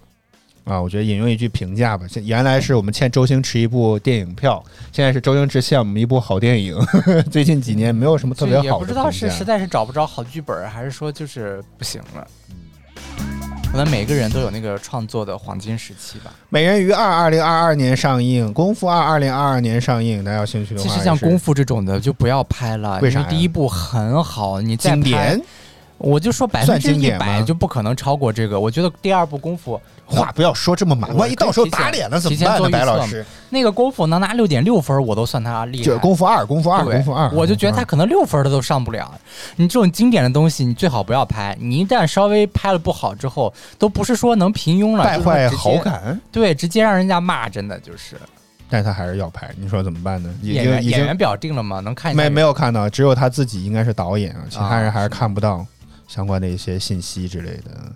[SPEAKER 3] 啊，我觉得引用一句评价吧，现原来是我们欠周星驰一部电影票，现在是周星驰欠我们一部好电影。 *laughs* 最近几年没有什么特别
[SPEAKER 2] 就也
[SPEAKER 3] 好的
[SPEAKER 2] 不知道
[SPEAKER 3] 评
[SPEAKER 2] 是
[SPEAKER 3] 价
[SPEAKER 2] 实在是找不着好剧本儿，还是说就是不行了。
[SPEAKER 3] 嗯
[SPEAKER 2] 可能每个人都有那个创作的黄金时期吧。
[SPEAKER 3] 美人鱼二二零二二年上映，功夫二二零二二年上映，大家有兴趣的话
[SPEAKER 2] 其
[SPEAKER 3] 也是，
[SPEAKER 2] 实像功夫这种的就不要拍了，
[SPEAKER 3] 为啥呀
[SPEAKER 2] 因第一部很好，你再
[SPEAKER 3] 经
[SPEAKER 2] 拍
[SPEAKER 3] 典，
[SPEAKER 2] 我就说百分
[SPEAKER 3] 算
[SPEAKER 2] 之
[SPEAKER 3] 经
[SPEAKER 2] 一
[SPEAKER 3] 典吗
[SPEAKER 2] 百就不可能超过这个。我觉得第二部功夫
[SPEAKER 3] 话不要说这么满，
[SPEAKER 2] 嗯我
[SPEAKER 3] 万一到时候打脸了怎么办
[SPEAKER 2] 可以
[SPEAKER 3] 呢？
[SPEAKER 2] 提前
[SPEAKER 3] 白
[SPEAKER 2] 做预测
[SPEAKER 3] 老师，
[SPEAKER 2] 那个功夫能拿六点六分儿，我都算他厉害。
[SPEAKER 3] 就是功夫二，功夫二，
[SPEAKER 2] 对
[SPEAKER 3] 功夫二，
[SPEAKER 2] 我就觉得他可能六分儿他都上不了。你这种经典的东西，你最好不要拍。你一旦稍微拍了不好之后，都不是说能平庸了，
[SPEAKER 3] 败
[SPEAKER 2] 就是
[SPEAKER 3] 坏
[SPEAKER 2] 直接
[SPEAKER 3] 好。感，
[SPEAKER 2] 对，直接让人家骂，真的就是
[SPEAKER 3] 但他还是要拍，你说怎么办呢？已
[SPEAKER 2] 演
[SPEAKER 3] 经
[SPEAKER 2] 员
[SPEAKER 3] 已
[SPEAKER 2] 演
[SPEAKER 3] 经
[SPEAKER 2] 员表定了吗？能看一下
[SPEAKER 3] 没没
[SPEAKER 2] 有？
[SPEAKER 3] 有看到，只有他自己应该是导演啊，其他人
[SPEAKER 2] 啊
[SPEAKER 3] 还是
[SPEAKER 2] 是
[SPEAKER 3] 看不到相关的一些信息之类的。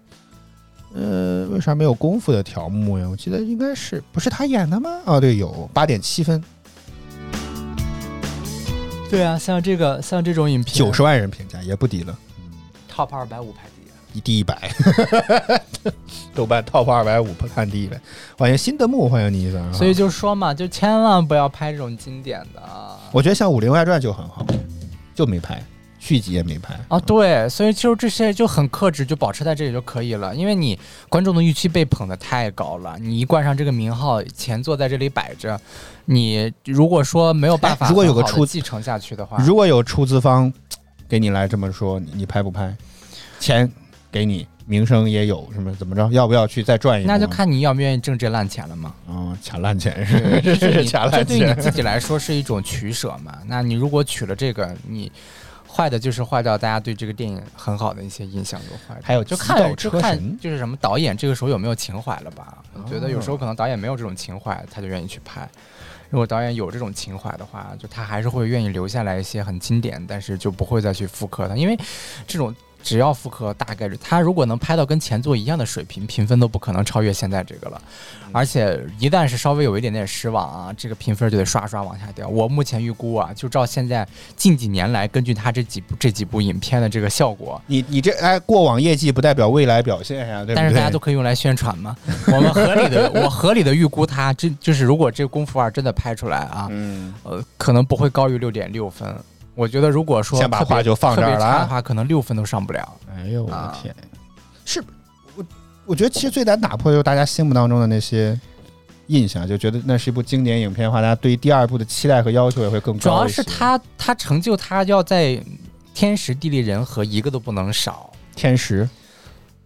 [SPEAKER 3] 呃，为啥没有功夫的条目呀？我记得应该是不是他演的吗？啊，对，有八点七分，
[SPEAKER 2] 对啊，像这个像这种影片，
[SPEAKER 3] 九十万人评价也不低了。
[SPEAKER 2] top 二百五排第
[SPEAKER 3] 一第一百，豆瓣 top 二百五不看第一百，欢迎新的木，欢迎你一啊三。
[SPEAKER 2] 一，所以就说嘛，就千万不要拍这种经典的啊。
[SPEAKER 3] 我觉得像《武林外传》就很好，就没拍续集也没拍
[SPEAKER 2] 啊，对，所以就这些就很克制，就保持在这里就可以了，因为你观众的预期被捧得太高了，你一冠上这个名号，前座在这里摆着，你如果说没有办法
[SPEAKER 3] 哎
[SPEAKER 2] 很好
[SPEAKER 3] 如果
[SPEAKER 2] 地
[SPEAKER 3] 有个出
[SPEAKER 2] 继承下去的话，
[SPEAKER 3] 如果有出资方给你来这么说，你你拍不拍？钱给你，名声也有，什么怎么着？要不要去再赚一波？
[SPEAKER 2] 那就看你要不愿意挣这烂钱了嘛。
[SPEAKER 3] 嗯，抢烂钱是
[SPEAKER 2] 这是
[SPEAKER 3] 是
[SPEAKER 2] 你
[SPEAKER 3] 抢
[SPEAKER 2] 这
[SPEAKER 3] 烂
[SPEAKER 2] 对你
[SPEAKER 3] 钱。
[SPEAKER 2] 自己来说是一种取舍嘛。那你如果取了这个，你坏的就是坏掉大家对这个电影很好的一些印象都坏掉。
[SPEAKER 3] 还有
[SPEAKER 2] 就
[SPEAKER 3] 极
[SPEAKER 2] 看
[SPEAKER 3] 道
[SPEAKER 2] 就
[SPEAKER 3] 车
[SPEAKER 2] 看
[SPEAKER 3] 神
[SPEAKER 2] 就是什么导演这个时候有没有情怀了吧？我觉得有时候可能导演没有这种情怀，他就愿意去拍。如果导演有这种情怀的话，就他还是会愿意留下来一些很经典，但是就不会再去复刻它，因为这种只要复刻大概率，他如果能拍到跟前作一样的水平，评分都不可能超越现在这个了。
[SPEAKER 3] 嗯
[SPEAKER 2] 而且一旦是稍微有一点点失望啊，这个评分就得刷刷往下掉。我目前预估啊，就照现在近几年来，根据他这几部这几部影片的这个效果，
[SPEAKER 3] 你你这哎，过往业绩不代表未来表现呀、对不对？
[SPEAKER 2] 但是大家都可以用来宣传
[SPEAKER 3] *laughs*
[SPEAKER 2] 嘛。我们合理的，我合理的预估它，这就是如果这《功夫二》真的拍出来啊，
[SPEAKER 3] 嗯，
[SPEAKER 2] 呃，可能不会高于六点六分。我觉得如果说
[SPEAKER 3] 先把
[SPEAKER 2] 特别
[SPEAKER 3] 话就放这儿
[SPEAKER 2] 特别
[SPEAKER 3] 了
[SPEAKER 2] 差
[SPEAKER 3] 啊
[SPEAKER 2] 的话，可能六分都上不了。
[SPEAKER 3] 哎呦我的
[SPEAKER 2] 啊
[SPEAKER 3] 天，是我我觉得其实最难打破就是大家心目当中的那些印象，就觉得那是一部经典影片的话，大家对于第二部的期待和要求也会更高。
[SPEAKER 2] 主要是，他他成就他要在天时地利人和一个都不能少。
[SPEAKER 3] 天时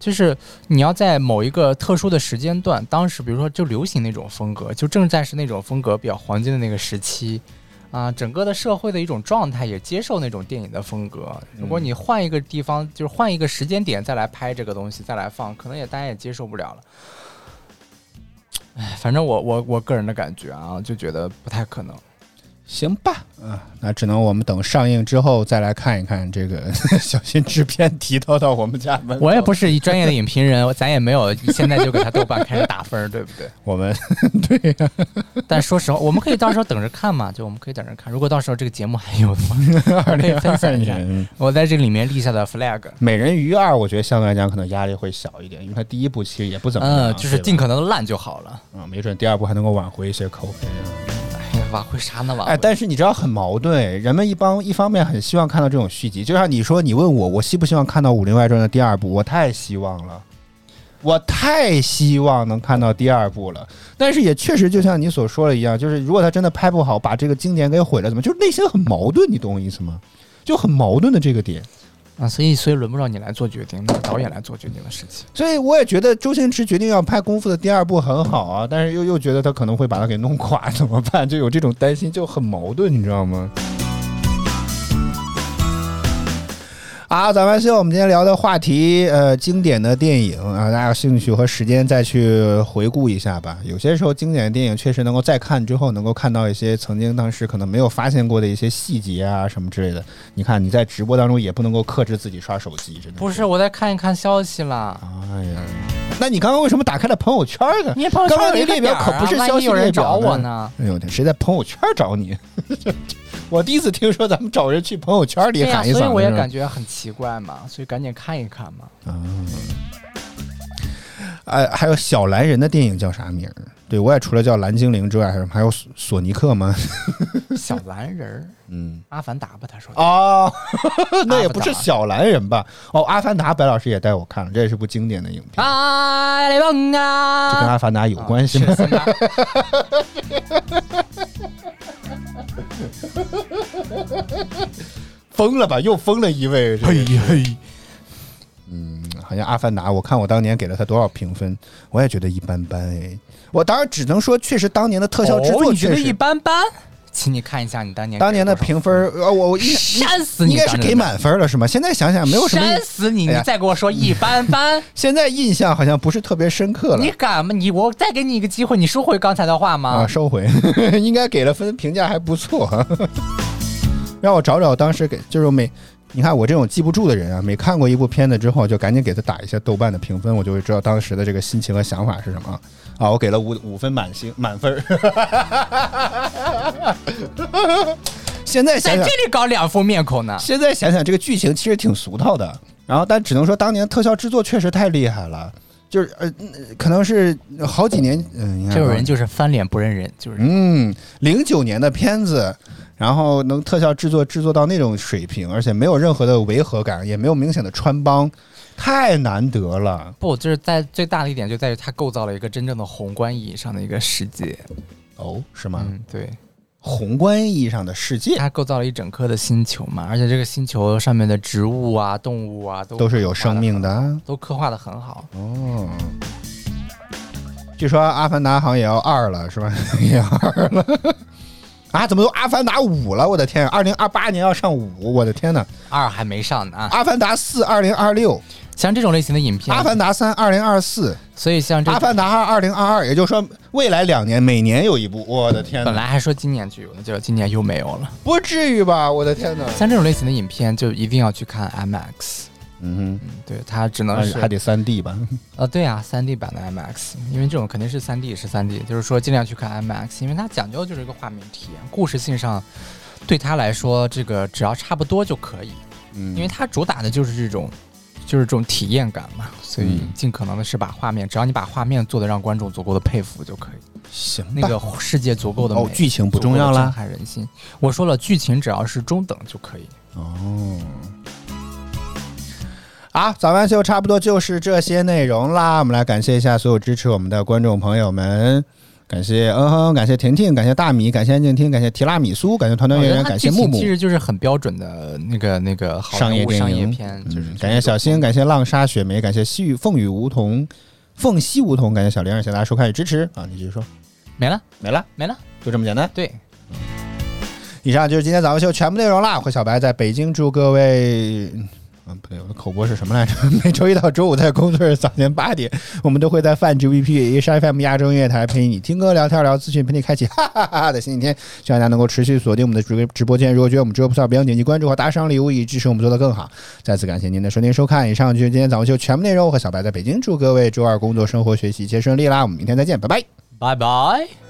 [SPEAKER 2] 就是你要在某一个特殊的时间段，当时比如说就流行那种风格，就正在是那种风格比较黄金的那个时期，啊，整个的社会的一种状态也接受那种电影的风格。如果你换一个地方，就是换一个时间点再来拍这个东西，再来放，可能也大家也接受不了了。哎，反正我我我个人的感觉啊，就觉得不太可能。
[SPEAKER 3] 行吧，啊，那只能我们等上映之后再来看一看这个， *laughs* 小心制片提到到我们家门口。
[SPEAKER 2] 我也不是一专业的影评人，咱也没有现在就给他豆瓣开始打分儿，对不对？
[SPEAKER 3] 我们 *laughs* 对呀、
[SPEAKER 2] 但说实话，我们可以到时候等着看嘛，就我们可以等着看。如果到时候这个节目还有的话， *laughs*
[SPEAKER 3] 二
[SPEAKER 2] 可以
[SPEAKER 3] 零
[SPEAKER 2] 分
[SPEAKER 3] 二
[SPEAKER 2] 享一下
[SPEAKER 3] 年。嗯
[SPEAKER 2] 我在这里面立下的 flag。
[SPEAKER 3] 美人鱼二，我觉得相对来讲可能压力会小一点，因为它第一部其实也不怎么样，
[SPEAKER 2] 嗯，就是尽
[SPEAKER 3] 定
[SPEAKER 2] 可能的烂就好了。
[SPEAKER 3] 啊，没准第二部还能够挽回一些口碑啊。
[SPEAKER 2] 哎呀，挽回啥呢？挽回？
[SPEAKER 3] 哎，但是你知道很矛盾，人们一帮一方面很希望看到这种续集，就像你说，你问我，我希不希望看到《武林外传》的第二部？我太希望了，我太希望能看到第二部了。但是也确实就像你所说的一样，就是如果他真的拍不好，把这个经典给毁了，怎么？就是内心很矛盾，你懂我意思吗？就很矛盾的这个点。
[SPEAKER 2] 啊，所以所以轮不着你来做决定，那个导演来做决定的事情。
[SPEAKER 3] 所以我也觉得周星驰决定要拍《功夫》的第二部很好啊，但是又又觉得他可能会把它给弄垮，怎么办？就有这种担心，就很矛盾，你知道吗？啊，咱们秀，我们今天聊的话题，呃，经典的电影啊，大家有兴趣和时间再去回顾一下吧。有些时候，经典的电影确实能够再看之后，能够看到一些曾经当时可能没有发现过的一些细节啊，什么之类的。你看你在直播当中也不能够克制自己刷手机，真的
[SPEAKER 2] 不是，我在看一看消息啦。
[SPEAKER 3] 哎呀，那你刚刚为什么打开了朋友圈呢？
[SPEAKER 2] 你朋友
[SPEAKER 3] 刚刚
[SPEAKER 2] 圈
[SPEAKER 3] 那列表可不是消
[SPEAKER 2] 啊万一
[SPEAKER 3] 息
[SPEAKER 2] 有
[SPEAKER 3] 列
[SPEAKER 2] 人
[SPEAKER 3] 表
[SPEAKER 2] 找我。呢。
[SPEAKER 3] 哎呦我天，谁在朋友圈找你？ *laughs* 我第一次听说咱们找人去朋友圈里
[SPEAKER 2] 对呀、
[SPEAKER 3] 喊一嗓子。
[SPEAKER 2] 所以我也感
[SPEAKER 3] 觉。
[SPEAKER 2] 觉很奇怪嘛，所以赶紧看一看嘛。
[SPEAKER 3] 哎，还有小蓝人的电影叫啥名儿？对我也除了叫蓝精灵之外，还有什么还有索索尼克吗？
[SPEAKER 2] 小蓝人 *laughs* 儿，
[SPEAKER 3] 嗯，
[SPEAKER 2] 阿凡达吧，他说的。
[SPEAKER 3] 哦， *laughs* 那也
[SPEAKER 2] 阿凡达
[SPEAKER 3] 不是小蓝人吧？哦，《阿凡达》白老师也带我看了，这也是部经典的影片，
[SPEAKER 2] 啊，雷蒙
[SPEAKER 3] 这跟《
[SPEAKER 2] 啊！
[SPEAKER 3] 阿凡达》有关系吗？
[SPEAKER 2] 是 *laughs* 的
[SPEAKER 3] 疯了吧？又疯了一位。这个嗯
[SPEAKER 2] 嘿嘿，
[SPEAKER 3] 好像《阿凡达》，我看我当年给了他多少评分，我也觉得一般般哎。我当然只能说，确实当年的特效制
[SPEAKER 2] 哦
[SPEAKER 3] 作
[SPEAKER 2] 你觉
[SPEAKER 3] 确
[SPEAKER 2] 得
[SPEAKER 3] 实，
[SPEAKER 2] 一般般？请你看一下你当年
[SPEAKER 3] 当年的
[SPEAKER 2] 给
[SPEAKER 3] 评分，呃，我我应
[SPEAKER 2] 删死
[SPEAKER 3] 该
[SPEAKER 2] 你
[SPEAKER 3] 应该是给满分了是吗？现在想想没有
[SPEAKER 2] 多
[SPEAKER 3] 什
[SPEAKER 2] 少
[SPEAKER 3] 么，
[SPEAKER 2] 人删死你！
[SPEAKER 3] 哎
[SPEAKER 2] 你
[SPEAKER 3] 呀
[SPEAKER 2] 再给我说一般
[SPEAKER 3] *laughs*
[SPEAKER 2] 般，
[SPEAKER 3] 现在印象好像不是特别深刻了
[SPEAKER 2] 你敢吗？你我再给你一个机会，你收回刚才的话吗
[SPEAKER 3] 啊，？收回， *laughs* 应该给了分，评价还不错。 *laughs* 让我找找当时给，就是每你看我这种记不住的人啊，每看过一部片子之后，就赶紧给他打一下豆瓣的评分，我就会知道当时的这个心情和想法是什么啊。我给了五五分满星满分儿。 *laughs* 现在
[SPEAKER 2] 在
[SPEAKER 3] 想
[SPEAKER 2] 这
[SPEAKER 3] 想，
[SPEAKER 2] 里搞两副面孔呢？
[SPEAKER 3] 现在想想这个剧情其实挺俗套的，然后但只能说当年特效制作确实太厉害了，就是呃，嗯可能是好几年，嗯，应该
[SPEAKER 2] 这种
[SPEAKER 3] 吧
[SPEAKER 2] 人就是翻脸不认人，就是
[SPEAKER 3] 嗯，零九年的片子，然后能特效制作制作到那种水平，而且没有任何的违和感，也没有明显的穿帮，太难得了。
[SPEAKER 2] 不，就是在最大的一点就在于它构造了一个真正的宏观意义上的一个世界。
[SPEAKER 3] 哦，是吗？
[SPEAKER 2] 嗯，对，
[SPEAKER 3] 宏观意义上的世界
[SPEAKER 2] 它构造了一整颗的星球嘛，而且这个星球上面的植物啊、动物啊都
[SPEAKER 3] 都是有生命的啊。
[SPEAKER 2] 都刻画的很好。
[SPEAKER 3] 哦，据说《阿凡达》好像也要二了，是吧？ *laughs* 也要二了。啊，怎么都《阿凡达》五了？我的天，二零二八年要上五，我的天呐，
[SPEAKER 2] 二还没上呢啊
[SPEAKER 3] 《，阿凡达四》二零二六，
[SPEAKER 2] 像这种类型的影
[SPEAKER 3] 《
[SPEAKER 2] 片，
[SPEAKER 3] 阿凡达三》二零二四。
[SPEAKER 2] 所以像这
[SPEAKER 3] 阿凡达二二零二二，也就是说未来两年每年有一部，我的天
[SPEAKER 2] 本
[SPEAKER 3] 哪，
[SPEAKER 2] 来还说今年就有的，结果今年又没有了。
[SPEAKER 3] 不至于吧，我的天哪！
[SPEAKER 2] 像这种类型的影片，就一定要去看 IMAX。
[SPEAKER 3] 嗯哼，
[SPEAKER 2] 对，它只能
[SPEAKER 3] 还
[SPEAKER 2] 是
[SPEAKER 3] 呃还得三 D 吧？
[SPEAKER 2] 呃，对啊，三 D 版的 IMAX，因为这种肯定是三 D 是三 D，就是说尽量去看 IMAX，因为它讲究的就是一个画面体验，故事性上对它来说，这个只要差不多就可以，
[SPEAKER 3] 嗯
[SPEAKER 2] 因为它主打的就是这种。就是这种体验感嘛，所以
[SPEAKER 3] 嗯
[SPEAKER 2] 尽可能的是把画面，只要你把画面做的让观众足够的佩服就可以，
[SPEAKER 3] 行吧，
[SPEAKER 2] 那个世界足够的美，
[SPEAKER 3] 嗯哦剧情
[SPEAKER 2] 足
[SPEAKER 3] 不
[SPEAKER 2] 够
[SPEAKER 3] 重
[SPEAKER 2] 地
[SPEAKER 3] 要啦
[SPEAKER 2] 震撼人心。我说了，剧情只要是中等就可以。
[SPEAKER 3] 哦。好，早安秀差不多就是这些内容啦。我们来感谢一下所有支持我们的观众朋友们，感谢嗯哼，感谢婷婷，感谢大米，感谢安静听，感谢提拉米苏，感谢团团圆
[SPEAKER 2] 我觉得
[SPEAKER 3] 圆，
[SPEAKER 2] 它
[SPEAKER 3] 感
[SPEAKER 2] 剧
[SPEAKER 3] 谢
[SPEAKER 2] 情
[SPEAKER 3] 木木
[SPEAKER 2] 其。实就是很标准的那个那个好
[SPEAKER 3] 商业
[SPEAKER 2] 莱坞
[SPEAKER 3] 电
[SPEAKER 2] 商业
[SPEAKER 3] 影嗯
[SPEAKER 2] 片，就是
[SPEAKER 3] 感谢小新，感谢浪莎雪梅，感谢细雨凤雨梧桐，凤西梧桐，感谢小玲儿，谢谢大家收看与支持啊！你继续说，
[SPEAKER 2] 没了
[SPEAKER 3] 没了，
[SPEAKER 2] 没了，
[SPEAKER 3] 就这么简单。
[SPEAKER 2] 对。
[SPEAKER 3] 以上就是今天早上秀全部内容啦。我和小白在北京祝各位嗯嗯，不对，我的口播是什么来着？ *laughs* 每周一到周五在工作日早间八点，我们都会在泛 GVP 一沙 FM 亚洲音乐台陪你听歌、聊天、聊资讯，陪你开启哈哈哈哈的星期天。希望大家能够持续锁定我们的直直播间。如果觉得我们直播不错，别忘点击关注和打赏礼物，以支持我们做得更好。再次感谢您的收听收看。以上就是今天早上秀全部内容。我和小白在北京，祝各位周二工作、生活、学习一切顺利啦！我们明天再见，拜拜。
[SPEAKER 2] 拜拜。